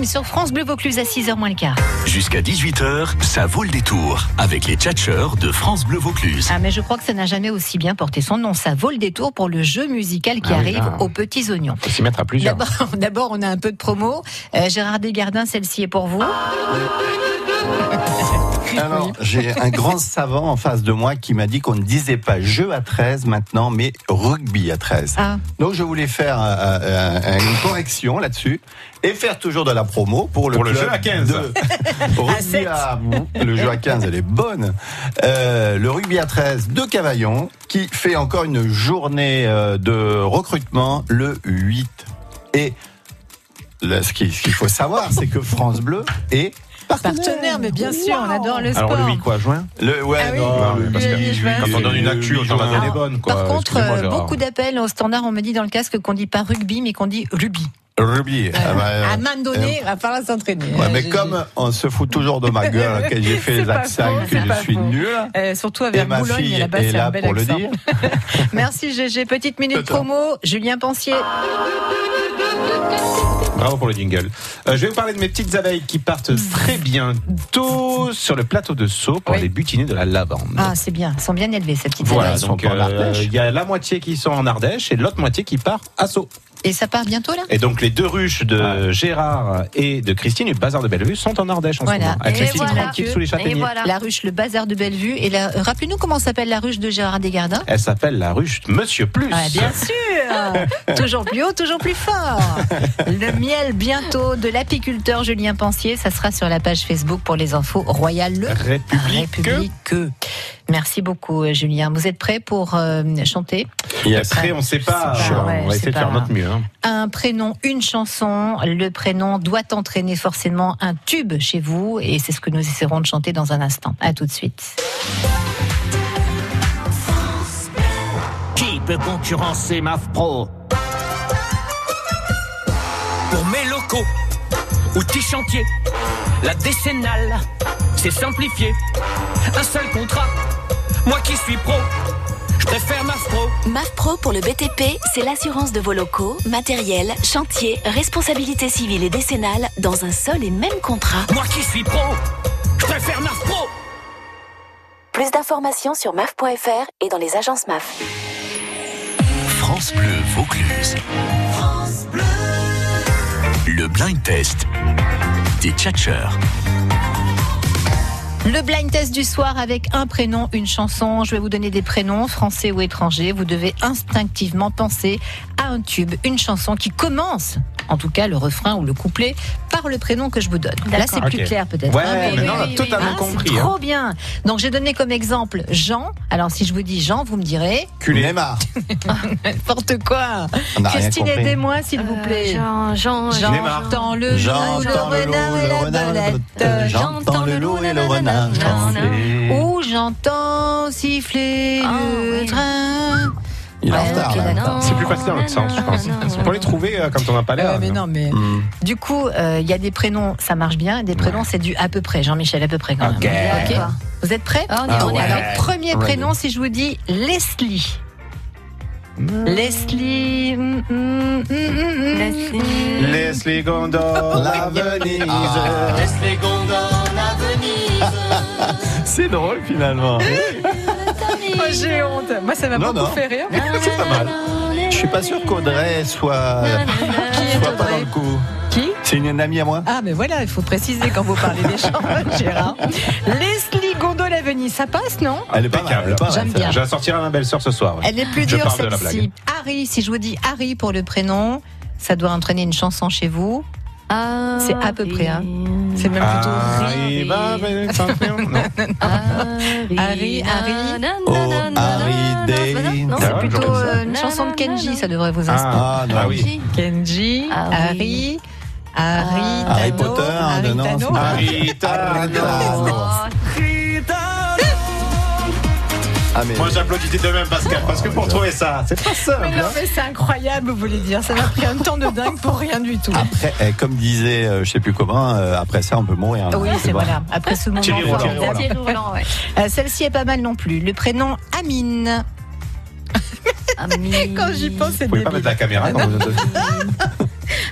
[SPEAKER 2] sur France Bleu Vaucluse à 6h moins le quart.
[SPEAKER 12] Jusqu'à 18h, ça vaut le détour avec les tchatcheurs de France Bleu Vaucluse.
[SPEAKER 2] Ah, mais je crois que ça n'a jamais aussi bien porté son nom. Ça vaut le détour pour le jeu musical qui
[SPEAKER 3] Ah oui,
[SPEAKER 2] arrive
[SPEAKER 3] là.
[SPEAKER 2] aux petits oignons.
[SPEAKER 3] Faut s'y mettre à plusieurs.
[SPEAKER 2] D'abord, d'abord, on a un peu de promo. Euh, Gérard Desgardins, celle-ci est pour vous.
[SPEAKER 5] Alors, j'ai un grand savant en face de moi qui m'a dit qu'on ne disait pas jeu à 13 maintenant, mais rugby à 13.
[SPEAKER 2] Ah.
[SPEAKER 5] Donc, je voulais faire euh, euh, une correction là-dessus et faire toujours de la promo pour le,
[SPEAKER 3] Pour le
[SPEAKER 5] club
[SPEAKER 3] jeu à 15.
[SPEAKER 5] de- rugby à, le jeu à 15, elle est bonne. Euh, le rugby à 13 de Cavaillon qui fait encore une journée euh, de recrutement le 8. Et là, ce qui- ce qu'il faut savoir, c'est que France Bleu est
[SPEAKER 2] Partenaire, mais bien sûr, on adore le sport.
[SPEAKER 5] alors le 8
[SPEAKER 3] quoi, juin
[SPEAKER 5] Le ouais, non, mais parce
[SPEAKER 3] Le
[SPEAKER 5] que
[SPEAKER 3] huit juin.
[SPEAKER 5] quand on donne une actu, on
[SPEAKER 3] Par
[SPEAKER 5] en a des
[SPEAKER 3] contre,
[SPEAKER 5] bonnes quoi.
[SPEAKER 2] Par contre,
[SPEAKER 5] Excusez-moi,
[SPEAKER 2] euh,
[SPEAKER 5] Gérard.
[SPEAKER 2] beaucoup d'appels au standard, on me dit dans le casque qu'on dit pas rugby, mais qu'on dit rugby.
[SPEAKER 5] Rugby. ah bah, euh,
[SPEAKER 2] à un moment donné, il va falloir s'entraîner.
[SPEAKER 5] euh, ouais, mais comme on se fout toujours de ma gueule que j'ai fait les accents et que je suis nul.
[SPEAKER 2] Euh, surtout avec
[SPEAKER 5] Et ma
[SPEAKER 2] Boulogne,
[SPEAKER 5] fille
[SPEAKER 2] là-bas,
[SPEAKER 5] est
[SPEAKER 2] c'est
[SPEAKER 5] là
[SPEAKER 2] un bel
[SPEAKER 5] pour le
[SPEAKER 2] accent.
[SPEAKER 5] dire.
[SPEAKER 2] Merci GG. Petite minute promo, Julien Pensier.
[SPEAKER 3] Bravo pour le jingle. Euh, je vais vous parler de mes petites abeilles qui partent très bientôt sur le plateau de Sceaux pour les butiner de la lavande.
[SPEAKER 2] Ah, c'est bien. Ils sont bien élevés, ces petites
[SPEAKER 3] Voilà,
[SPEAKER 2] abeilles.
[SPEAKER 3] donc euh, il y a la moitié qui sont en Ardèche et l'autre moitié qui part à Sceaux.
[SPEAKER 2] Et ça part bientôt, là
[SPEAKER 3] Et donc les deux ruches
[SPEAKER 2] Ah.
[SPEAKER 3] de Gérard et de Christine, du bazar de Bellevue, sont en Ardèche en ce
[SPEAKER 2] Voilà.
[SPEAKER 3] moment. Euh, Avec les petites tranquilles sous les châtaigniers.
[SPEAKER 2] La ruche, le bazar de Bellevue. Et la... rappelez-nous comment s'appelle la ruche de Gérard Desgardins.
[SPEAKER 3] Elle s'appelle la ruche Monsieur Plus.
[SPEAKER 2] Ouais, Ah, bien sûr Toujours plus haut, toujours plus fort Le miel bientôt de l'apiculteur Julien Pensier, ça sera sur la page Facebook pour les infos Royal Le
[SPEAKER 3] République.
[SPEAKER 2] Que. Merci beaucoup euh, Julien. Vous êtes prêts pour euh, chanter
[SPEAKER 3] Et après, on ne sait pas.
[SPEAKER 2] Je sais pas, ouais,
[SPEAKER 3] on
[SPEAKER 2] je
[SPEAKER 3] va
[SPEAKER 2] sais
[SPEAKER 3] essayer de faire
[SPEAKER 2] pas.
[SPEAKER 3] notre mieux. hein.
[SPEAKER 2] un prénom, une chanson. Le prénom doit entraîner forcément un tube chez vous et c'est ce que nous essaierons de chanter dans un instant. À tout de suite.
[SPEAKER 18] Qui peut concurrencer MAF Pro Pour mes locaux, outils chantiers, la décennale, c'est simplifié. Un seul contrat, moi qui suis pro, je préfère MAF Pro.
[SPEAKER 9] MAF Pro pour le BTP, c'est l'assurance de vos locaux, matériel, chantier, responsabilité civile et décennale dans un seul et même contrat.
[SPEAKER 18] Moi qui suis pro, je préfère MAF Pro.
[SPEAKER 9] Plus d'informations sur maf.fr et dans les agences MAF.
[SPEAKER 12] France Bleu Vaucluse. Le blind test des tchatcheurs.
[SPEAKER 2] Le blind test du soir avec un prénom, une chanson. Je vais vous donner des prénoms, français ou étrangers. Vous devez instinctivement penser à un tube, une chanson qui commence, en tout cas le refrain ou le couplet, par le prénom que je vous donne. Là, c'est plus
[SPEAKER 3] Ok.
[SPEAKER 2] clair peut-être.
[SPEAKER 3] Ouais,
[SPEAKER 2] Ah,
[SPEAKER 3] mais maintenant, on a totalement
[SPEAKER 2] Ah,
[SPEAKER 3] compris,
[SPEAKER 2] c'est
[SPEAKER 3] hein.
[SPEAKER 2] Trop bien. Donc j'ai donné comme exemple Jean. Alors si je vous dis Jean, vous me direz
[SPEAKER 5] Culé. Neymar.
[SPEAKER 2] n'importe quoi.
[SPEAKER 5] On n'a rien
[SPEAKER 2] Christine,
[SPEAKER 5] compris.
[SPEAKER 2] aidez-moi s'il
[SPEAKER 4] Euh,
[SPEAKER 2] vous plaît. Jean, Jean,
[SPEAKER 5] Neymar.
[SPEAKER 2] j'entends le loup,
[SPEAKER 5] J'entends
[SPEAKER 2] le renard et
[SPEAKER 5] le loup, le
[SPEAKER 2] la euh,
[SPEAKER 5] renard, la Euh,
[SPEAKER 2] belette.
[SPEAKER 5] belette. J'entends le loup et le renard.
[SPEAKER 3] Mmh.
[SPEAKER 5] chanter.
[SPEAKER 2] Où j'entends siffler
[SPEAKER 3] Ah
[SPEAKER 2] le train.
[SPEAKER 3] Il
[SPEAKER 2] Ouais, ok, bah d'accord.
[SPEAKER 3] C'est plus facile dans l'autre sens, je pense. Pour les trouver euh, quand on n'a pas l'air.
[SPEAKER 2] Ouais, mais non,
[SPEAKER 3] Mmh.
[SPEAKER 2] mais
[SPEAKER 5] Hmm.
[SPEAKER 2] du coup, euh, il y a des prénoms, ça marche bien. Des prénoms, c'est du à peu près. Jean-Michel, à peu près quand
[SPEAKER 3] Ok.
[SPEAKER 2] même. Ok. Vous êtes prêts
[SPEAKER 3] on est- Ah on est ouais.
[SPEAKER 2] Alors, premier
[SPEAKER 3] Ouais.
[SPEAKER 2] prénom, si je vous dis Leslie.
[SPEAKER 3] Mmh.
[SPEAKER 2] Leslie. mm, mm, mm, mm, mm.
[SPEAKER 3] Leslie Gondor, la Venise.
[SPEAKER 5] Ah.
[SPEAKER 6] Laisse-les gondoles à Venise.
[SPEAKER 5] C'est drôle finalement.
[SPEAKER 2] Oh, j'ai honte. Moi, ça m'a
[SPEAKER 5] Non,
[SPEAKER 2] beaucoup
[SPEAKER 5] non.
[SPEAKER 2] fait rire.
[SPEAKER 5] C'est pas mal. Je suis pas sûr qu'Audrey soit, soit pas dans le coup.
[SPEAKER 2] Qui
[SPEAKER 5] C'est une amie à moi.
[SPEAKER 2] Ah, mais voilà, il faut préciser quand vous parlez des gens, Gérard. Leslie Gondol à Venise, ça passe, non
[SPEAKER 3] Elle est pas mal, elle est pas mal,
[SPEAKER 2] J'aime
[SPEAKER 3] celle-là.
[SPEAKER 2] bien.
[SPEAKER 3] Je la sortirai à ma belle-sœur ce soir.
[SPEAKER 2] Elle est plus
[SPEAKER 3] Je
[SPEAKER 2] dure,
[SPEAKER 3] parle de la blague.
[SPEAKER 2] celle-ci. Harry, si je vous dis Harry pour le prénom, ça doit entraîner une chanson chez vous. C'est à peu près, hein. C'est même plutôt
[SPEAKER 5] Ah,
[SPEAKER 3] Arrive à Venise, champion. Non.
[SPEAKER 2] Harry, Harry.
[SPEAKER 3] Oh,
[SPEAKER 5] Harry Day.
[SPEAKER 2] Non,
[SPEAKER 5] Ah
[SPEAKER 2] c'est
[SPEAKER 5] ouais,
[SPEAKER 2] plutôt
[SPEAKER 5] j'aurais dit ça.
[SPEAKER 2] euh, une chanson de Kenji, ça devrait vous inspirer.
[SPEAKER 5] Ah, non, oui.
[SPEAKER 2] Kenji, Ah Harry, Harry,
[SPEAKER 5] Harry Potter, non, non, c'est pas-
[SPEAKER 3] Harry Ah,
[SPEAKER 2] Ah,
[SPEAKER 5] Ah,
[SPEAKER 3] Moi j'applaudis dès demain Pascal parce que
[SPEAKER 5] Oh.
[SPEAKER 3] pour trouver ça, c'est pas simple. hein.
[SPEAKER 2] Mais non, mais c'est incroyable, vous voulez dire. Ça m'a pris un temps de dingue pour rien du tout.
[SPEAKER 5] Après, eh, comme disait, euh, je sais plus comment, euh, après ça, on peut mourir.
[SPEAKER 2] Ah
[SPEAKER 5] là.
[SPEAKER 2] Oui, c'est
[SPEAKER 5] bon.
[SPEAKER 2] voilà. Après ce moment,
[SPEAKER 5] Thierry Roland.
[SPEAKER 2] formidable.
[SPEAKER 5] Thierry
[SPEAKER 2] Euh, Celle-ci est pas mal non plus. Le prénom Amine. Quand j'y pense, c'est
[SPEAKER 3] Vous pouvez pas mettre la caméra quand vous êtes-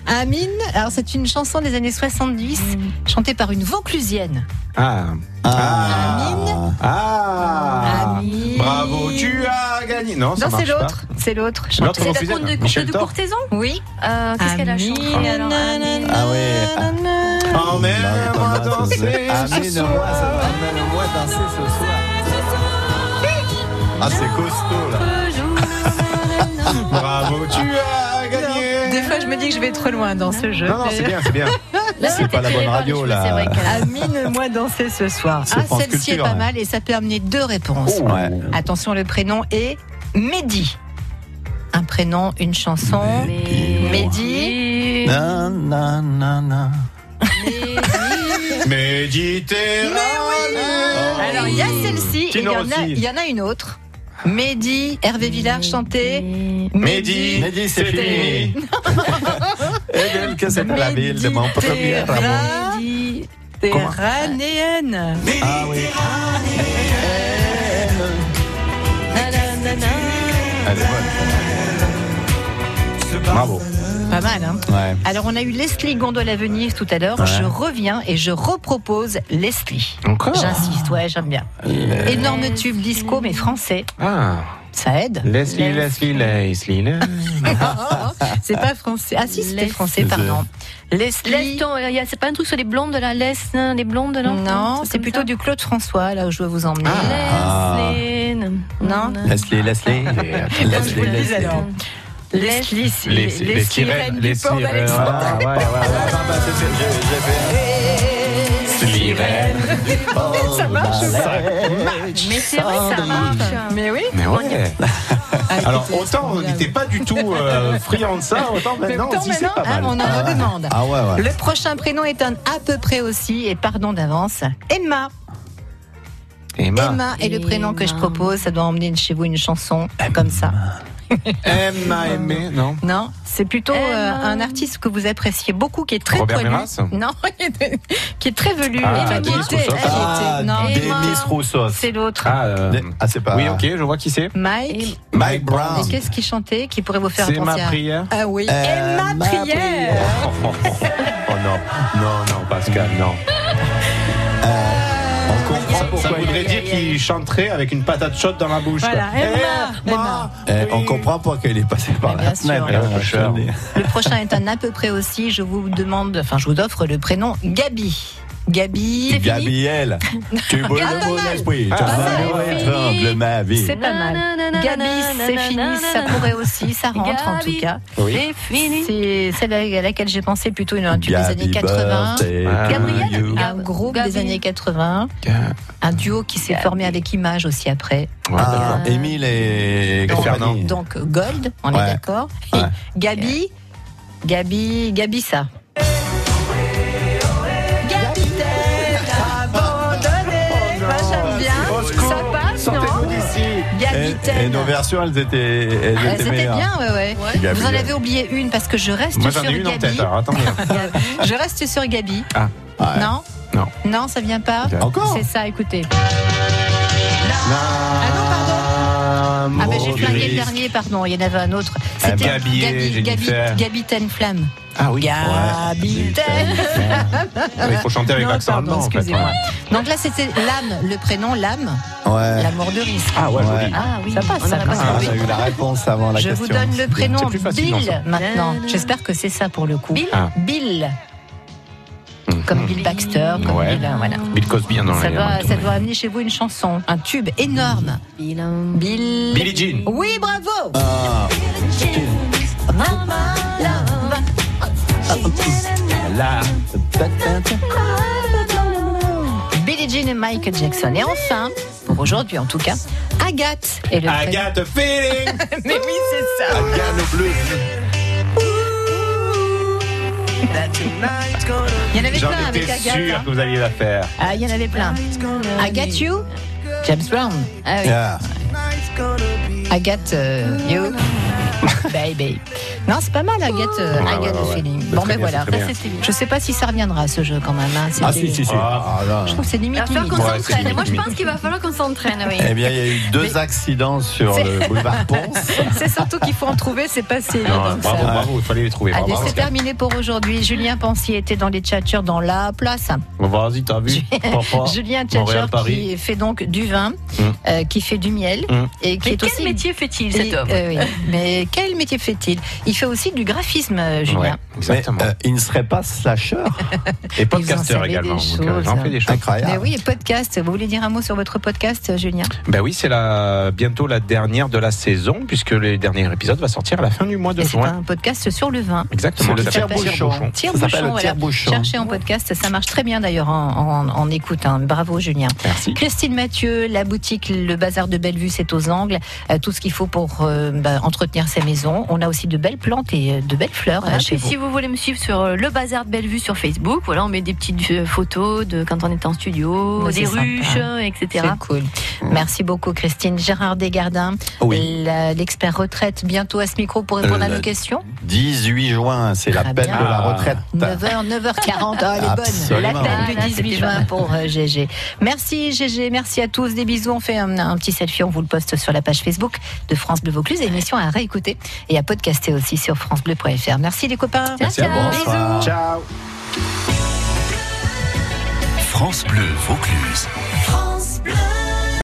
[SPEAKER 2] Amine, alors c'est une chanson des années 70 chantée par une Vauclusienne.
[SPEAKER 3] Ah. Amine. Ah. Bravo, tu as gagné. Non, ça
[SPEAKER 2] non, c'est
[SPEAKER 3] marche pas.
[SPEAKER 2] l'autre. C'est l'autre.
[SPEAKER 3] L'autre
[SPEAKER 2] chantée.
[SPEAKER 3] Vauclusienne, Michel Thor.
[SPEAKER 2] Oui. Euh, Qu'est-ce qu'elle a chanté
[SPEAKER 5] Ah ouais.
[SPEAKER 2] Ah
[SPEAKER 5] Emmène-moi
[SPEAKER 6] danser ce soir.
[SPEAKER 5] Emmène-moi danser ce soir. Ah, c'est costaud là.
[SPEAKER 3] Bravo, tu as gagné.
[SPEAKER 2] Des fois, je me dis que je vais trop loin dans ce jeu.
[SPEAKER 5] Non, non, c'est bien, c'est bien.
[SPEAKER 2] Là,
[SPEAKER 5] C'est pas la bonne radio là.
[SPEAKER 2] Amine, moi danser ce soir.
[SPEAKER 5] C'est
[SPEAKER 2] Ah,
[SPEAKER 5] France
[SPEAKER 2] celle-ci est
[SPEAKER 5] Culture,
[SPEAKER 2] pas
[SPEAKER 5] hein.
[SPEAKER 2] mal et ça peut amener deux réponses.
[SPEAKER 5] Oh, ouais.
[SPEAKER 2] Attention, le prénom est Mehdi. Un prénom, une chanson. Mehdi.
[SPEAKER 5] Na, na, na, na.
[SPEAKER 3] Méditerranée.
[SPEAKER 2] Euh, Alors, il y a
[SPEAKER 5] Oh.
[SPEAKER 2] celle-ci et il y,
[SPEAKER 3] Tino
[SPEAKER 2] en a-
[SPEAKER 3] Rossi.
[SPEAKER 2] il y en a une autre. Mehdi, Hervé Villard chantait.
[SPEAKER 3] Mehdi,
[SPEAKER 5] Mehdi, c'est fini. Elle, que c'est à la ville de mon premier amour.
[SPEAKER 2] Méditerranéenne.
[SPEAKER 5] Ah oui. Elle est bonne. Bravo.
[SPEAKER 2] Pas mal, hein
[SPEAKER 5] Ouais.
[SPEAKER 2] Alors, on a eu Leslie Gondol à Venise tout à l'heure.
[SPEAKER 5] Ouais.
[SPEAKER 2] Je reviens et je repropose Leslie.
[SPEAKER 3] Encore
[SPEAKER 2] J'insiste, ouais, j'aime bien.
[SPEAKER 5] Euh.
[SPEAKER 2] Énorme tube disco, mais français.
[SPEAKER 3] Ah.
[SPEAKER 2] Ça aide. Oh,
[SPEAKER 3] Leslie, Leslie, Leslie, Leslie.
[SPEAKER 2] C'est pas français. Ah si, c'était français,
[SPEAKER 3] C'est-
[SPEAKER 2] pardon. Leslie.
[SPEAKER 4] C'est pas un truc sur les blondes là, laisse hein, les blondes là.
[SPEAKER 2] Non, c'est plutôt du Claude François, là où je dois vous emmener.
[SPEAKER 5] Ah.
[SPEAKER 2] Non
[SPEAKER 5] Leslie, Leslie.
[SPEAKER 3] Bah,
[SPEAKER 2] Je vous
[SPEAKER 5] Leslie,
[SPEAKER 2] le dis
[SPEAKER 5] Leslie.
[SPEAKER 2] alors. Leslie, les,
[SPEAKER 5] Les- les sirènes,
[SPEAKER 2] sirènes
[SPEAKER 5] les
[SPEAKER 2] du port
[SPEAKER 5] sirènes.
[SPEAKER 2] d'Alexandrie.
[SPEAKER 5] Ah, ouais, ouais, ouais. Attends, bah, c'est- c'est- j'ai- j'ai fait-
[SPEAKER 2] Ça
[SPEAKER 3] Bah,
[SPEAKER 2] marche ou pas
[SPEAKER 4] Mais c'est vrai que ça marche.
[SPEAKER 2] Mais oui.
[SPEAKER 3] Mais ouais. Alors autant on n'était pas du tout euh, friand de ça, autant maintenant on
[SPEAKER 2] Tant
[SPEAKER 3] se dit c'est
[SPEAKER 2] maintenant,
[SPEAKER 3] pas
[SPEAKER 2] hein, on
[SPEAKER 3] mal.
[SPEAKER 2] en redemande.
[SPEAKER 5] Ah ouais, ouais.
[SPEAKER 2] Le prochain prénom est un à peu près aussi, et pardon d'avance, Emma.
[SPEAKER 3] Emma.
[SPEAKER 2] Emma est le prénom que je propose. Ça doit emmener chez vous une chanson comme ça.
[SPEAKER 3] Emma aimé, non
[SPEAKER 2] Non, c'est plutôt euh, un artiste que vous appréciez beaucoup, qui est très
[SPEAKER 3] Robert
[SPEAKER 2] connu.
[SPEAKER 3] Méras
[SPEAKER 2] Non, qui est très velu.
[SPEAKER 3] Ah,
[SPEAKER 2] et qui
[SPEAKER 3] Denis
[SPEAKER 2] était-
[SPEAKER 3] Roussos.
[SPEAKER 2] elle était-
[SPEAKER 5] Ah,
[SPEAKER 2] non,
[SPEAKER 5] Denis
[SPEAKER 2] Emma,
[SPEAKER 5] Roussos.
[SPEAKER 2] C'est l'autre.
[SPEAKER 3] Ah, euh,
[SPEAKER 5] Ah, c'est pas.
[SPEAKER 3] oui, ok, je vois qui c'est.
[SPEAKER 2] Mike.
[SPEAKER 5] Mike
[SPEAKER 2] Et
[SPEAKER 5] Brown.
[SPEAKER 2] qu'est-ce qu'il chantait qui pourrait vous faire
[SPEAKER 3] C'est
[SPEAKER 2] penser
[SPEAKER 3] ma
[SPEAKER 2] à...
[SPEAKER 3] prière.
[SPEAKER 2] Ah oui,
[SPEAKER 3] Euh,
[SPEAKER 2] Emma,
[SPEAKER 3] ma
[SPEAKER 2] prière.
[SPEAKER 3] Oh, oh, oh, oh non, non, non, Pascal, non. Euh,
[SPEAKER 5] On comprend
[SPEAKER 3] Ça
[SPEAKER 5] pourquoi.
[SPEAKER 3] voudrait dire qu'il chanterait avec une patate chaude dans la bouche.
[SPEAKER 2] Voilà,
[SPEAKER 3] quoi.
[SPEAKER 2] Emma, Emma.
[SPEAKER 3] Euh,
[SPEAKER 5] Eh, On comprend pas qu'elle est passée par
[SPEAKER 2] bien
[SPEAKER 5] la
[SPEAKER 2] sûr.
[SPEAKER 5] fenêtre.
[SPEAKER 3] Et la
[SPEAKER 5] hein,
[SPEAKER 3] fraîcheur.
[SPEAKER 5] Charlie.
[SPEAKER 2] Le prochain est un à peu près aussi. Je vous demande, enfin, je vous offre le prénom Gabi. Gabi.
[SPEAKER 5] Gabriel, tu brûles
[SPEAKER 2] Ah, pas
[SPEAKER 5] mon
[SPEAKER 2] mal.
[SPEAKER 5] esprit, tu
[SPEAKER 3] Ah,
[SPEAKER 5] vas
[SPEAKER 2] c'est
[SPEAKER 5] étrangle ma vie.
[SPEAKER 2] C'est pas mal. Gabi, c'est fini. Ça pourrait aussi, ça rentre en tout cas.
[SPEAKER 5] Oui.
[SPEAKER 2] C'est celle à laquelle j'ai pensé plutôt une un tube des années 80.
[SPEAKER 3] Ah. Euh,
[SPEAKER 5] Gabriel.
[SPEAKER 2] Un groupe des années 80. Un duo qui s'est formé avec Image aussi après.
[SPEAKER 5] Ah, Émile et
[SPEAKER 3] Et Fernand.
[SPEAKER 5] compagnie.
[SPEAKER 2] Donc Gold, on
[SPEAKER 5] Ouais.
[SPEAKER 2] est d'accord. Et
[SPEAKER 5] Ouais.
[SPEAKER 2] Gabi, Gabi, Gabi ça. Capitaine abandonné. Moi, j'aime bien. Ça passe, non
[SPEAKER 5] Et, et
[SPEAKER 2] Capitaine.
[SPEAKER 5] nos versions, elles étaient, elles
[SPEAKER 2] Ah,
[SPEAKER 5] étaient
[SPEAKER 2] C'était
[SPEAKER 3] hein.
[SPEAKER 5] meilleures.
[SPEAKER 2] bien, ouais, ouais.
[SPEAKER 5] Gabi,
[SPEAKER 2] Vous en
[SPEAKER 5] ouais.
[SPEAKER 2] avez oublié une parce que je reste
[SPEAKER 3] euh. Moi
[SPEAKER 2] sur
[SPEAKER 3] j'en ai une en tête,
[SPEAKER 2] Gabi.
[SPEAKER 3] alors attendez.
[SPEAKER 2] Ah je reste sur Gabi.
[SPEAKER 3] Ah.
[SPEAKER 5] Ouais.
[SPEAKER 2] Non
[SPEAKER 3] Non.
[SPEAKER 2] Non, ça vient pas
[SPEAKER 5] Encore
[SPEAKER 2] C'est ça, écoutez.
[SPEAKER 5] Ah
[SPEAKER 2] non,
[SPEAKER 5] pardon.
[SPEAKER 3] Oh,
[SPEAKER 2] Ah ben j'ai flingué le dernier, pardon, il y en avait un autre.
[SPEAKER 3] Ah,
[SPEAKER 2] C'était
[SPEAKER 3] Gabi et
[SPEAKER 2] Gabi, Gabi,
[SPEAKER 3] Jennifer.
[SPEAKER 2] Gabi Ten Flamme.
[SPEAKER 3] Ah oui.
[SPEAKER 2] Gabi Ten
[SPEAKER 3] Ah, mais Il faut chanter avec
[SPEAKER 2] Non,
[SPEAKER 3] l'accent
[SPEAKER 2] pardon,
[SPEAKER 3] allemand en fait.
[SPEAKER 2] excusez-moi. Donc là c'était Lame, le prénom Lame,
[SPEAKER 5] Ouais.
[SPEAKER 2] la mort de risque.
[SPEAKER 3] Ah ouais,
[SPEAKER 5] Ouais.
[SPEAKER 3] joli.
[SPEAKER 2] Ah oui, ça passe,
[SPEAKER 4] on
[SPEAKER 2] ça
[SPEAKER 4] aurait pas
[SPEAKER 3] hein.
[SPEAKER 2] passe.
[SPEAKER 5] Ah, on a eu la réponse avant la
[SPEAKER 2] Je
[SPEAKER 5] question.
[SPEAKER 2] vous donne le prénom
[SPEAKER 3] C'est plus facile dans
[SPEAKER 2] Bill
[SPEAKER 3] ça.
[SPEAKER 2] maintenant. J'espère que c'est ça pour le coup. Bill
[SPEAKER 3] Ah. Mhm.
[SPEAKER 2] Bill. Comme Bill Baxter, comme
[SPEAKER 3] Ouais.
[SPEAKER 2] Bill, euh, voilà.
[SPEAKER 3] Bill Cosby, hein, non,
[SPEAKER 2] ça
[SPEAKER 3] il y a
[SPEAKER 2] doit,
[SPEAKER 3] moins de
[SPEAKER 2] ça
[SPEAKER 3] tout.
[SPEAKER 2] doit amener chez vous une chanson, un tube énorme. Bill.
[SPEAKER 3] Billie Jean.
[SPEAKER 2] Oui, bravo
[SPEAKER 5] Ah.
[SPEAKER 2] Oh.
[SPEAKER 3] Là.
[SPEAKER 2] Billie Jean et Michael Jackson. Et enfin, pour aujourd'hui en tout cas, Agathe est le
[SPEAKER 3] Agathe Feeling.
[SPEAKER 2] prénom. Mais oui, c'est ça. Il y en avait
[SPEAKER 3] J'en
[SPEAKER 2] plein avec
[SPEAKER 3] étais
[SPEAKER 2] Agathe.
[SPEAKER 3] sûr
[SPEAKER 2] hein.
[SPEAKER 3] que vous alliez la faire.
[SPEAKER 2] Ah, il y en avait plein. Agathe You, James Brown. Ah oui.
[SPEAKER 5] Ah.
[SPEAKER 2] Agathe euh, You, Baby. Non, c'est pas mal, Agathe, euh,
[SPEAKER 5] Ouais,
[SPEAKER 2] Agathe
[SPEAKER 5] ouais, ouais,
[SPEAKER 2] de
[SPEAKER 5] ouais.
[SPEAKER 2] Féline.
[SPEAKER 5] C'est
[SPEAKER 2] Bon,
[SPEAKER 5] très
[SPEAKER 2] ben
[SPEAKER 5] bien,
[SPEAKER 2] voilà.
[SPEAKER 5] c'est très
[SPEAKER 2] Ça,
[SPEAKER 5] bien.
[SPEAKER 2] c'était bien. Je sais pas si ça reviendra, ce jeu, quand même. hein. C'était-
[SPEAKER 5] Ah, là.
[SPEAKER 2] Je trouve que c'est limite.
[SPEAKER 4] Il va falloir qu'on
[SPEAKER 5] Ouais, c'est
[SPEAKER 4] s'entraîne.
[SPEAKER 5] limite,
[SPEAKER 4] Moi, je
[SPEAKER 5] limite.
[SPEAKER 4] pense qu'il va falloir qu'on s'entraîne, oui.
[SPEAKER 5] Eh bien, il y a eu deux accidents sur
[SPEAKER 2] C'est-
[SPEAKER 5] le boulevard Ponce.
[SPEAKER 2] C'est surtout qu'il faut en trouver, c'est pas si évident que ça. Ah,
[SPEAKER 5] bravo, bravo,
[SPEAKER 3] il fallait les trouver.
[SPEAKER 2] Allez, c'est terminé pour aujourd'hui. Julien Pensier était dans les tchatcheurs dans la place.
[SPEAKER 3] Vas-y, t'as vu Papa,
[SPEAKER 2] Julien
[SPEAKER 3] Montréal,
[SPEAKER 2] Tchatcher
[SPEAKER 3] Paris.
[SPEAKER 2] qui fait donc du vin,
[SPEAKER 5] Mm.
[SPEAKER 2] euh, qui fait du miel.
[SPEAKER 3] Mm.
[SPEAKER 2] Et qui
[SPEAKER 4] Mais
[SPEAKER 2] est
[SPEAKER 4] quel
[SPEAKER 2] aussi...
[SPEAKER 4] métier fait-il, cet
[SPEAKER 2] Et-
[SPEAKER 4] homme
[SPEAKER 2] euh, oui. Mais quel métier fait-il Il fait aussi du graphisme, euh, Julien.
[SPEAKER 5] exactement. euh, il ne serait pas slasher
[SPEAKER 3] et
[SPEAKER 2] podcasteur savez des également, donc, euh, choses. j'en fais des
[SPEAKER 5] choses.
[SPEAKER 2] Mais
[SPEAKER 3] Ah.
[SPEAKER 5] Incroyable.
[SPEAKER 2] oui, et podcast. Vous voulez dire un mot sur votre podcast, euh, Julien
[SPEAKER 3] Ben oui, c'est la, bientôt la dernière de la saison, puisque le dernier épisode va sortir à la fin du mois de
[SPEAKER 2] Et C'est
[SPEAKER 3] juin.
[SPEAKER 2] un podcast sur le vin.
[SPEAKER 3] Exactement,
[SPEAKER 5] C'est
[SPEAKER 3] ça
[SPEAKER 5] le
[SPEAKER 3] s'appelle
[SPEAKER 5] tire-bouchon.
[SPEAKER 2] Tire
[SPEAKER 3] Ça s'appelle
[SPEAKER 2] bouchon,
[SPEAKER 3] le
[SPEAKER 2] voilà.
[SPEAKER 3] tire-bouchon.
[SPEAKER 2] Cherchez en podcast, ça marche très bien d'ailleurs en, en- en écoute. hein. Bravo Julien. Christine Mathieu, la boutique Le Bazar de Bellevue, c'est aux angles. Euh, tout ce qu'il faut pour euh, bah, entretenir sa maison. On a aussi de belles plantes et euh, de belles fleurs
[SPEAKER 4] Voilà,
[SPEAKER 3] Ah,
[SPEAKER 2] euh, chez
[SPEAKER 4] puis
[SPEAKER 2] vous.
[SPEAKER 4] si vous voulez me suivre sur euh, le bazar de Bellevue sur Facebook, voilà, on met des petites euh, photos de quand on est en studio,
[SPEAKER 2] Ouais,
[SPEAKER 4] des
[SPEAKER 2] c'est sympa.
[SPEAKER 4] ruches, euh, etc.
[SPEAKER 2] C'est cool. Merci beaucoup Christine. Gérard Desgardins, la- l'expert retraite, bientôt à ce micro pour répondre
[SPEAKER 5] Euh,
[SPEAKER 2] à nos
[SPEAKER 5] la-
[SPEAKER 2] questions.
[SPEAKER 5] 18 juin, c'est la peine
[SPEAKER 2] bien.
[SPEAKER 5] de la retraite.
[SPEAKER 2] 9h, 9h40. Oh, elle est bonne.
[SPEAKER 5] Absolument.
[SPEAKER 2] L'appel
[SPEAKER 5] Ah,
[SPEAKER 2] du 18 juin pour euh, GG. Merci GG, merci à tous. Des bisous. On fait un, un petit selfie, on vous le poste sur la page Facebook de France Bleu Vaucluse. Émission à réécouter et à podcaster aussi sur FranceBleu.fr. Merci les copains.
[SPEAKER 12] Merci à vous. Bonsoir.
[SPEAKER 2] Ciao.
[SPEAKER 12] France Bleu Vaucluse.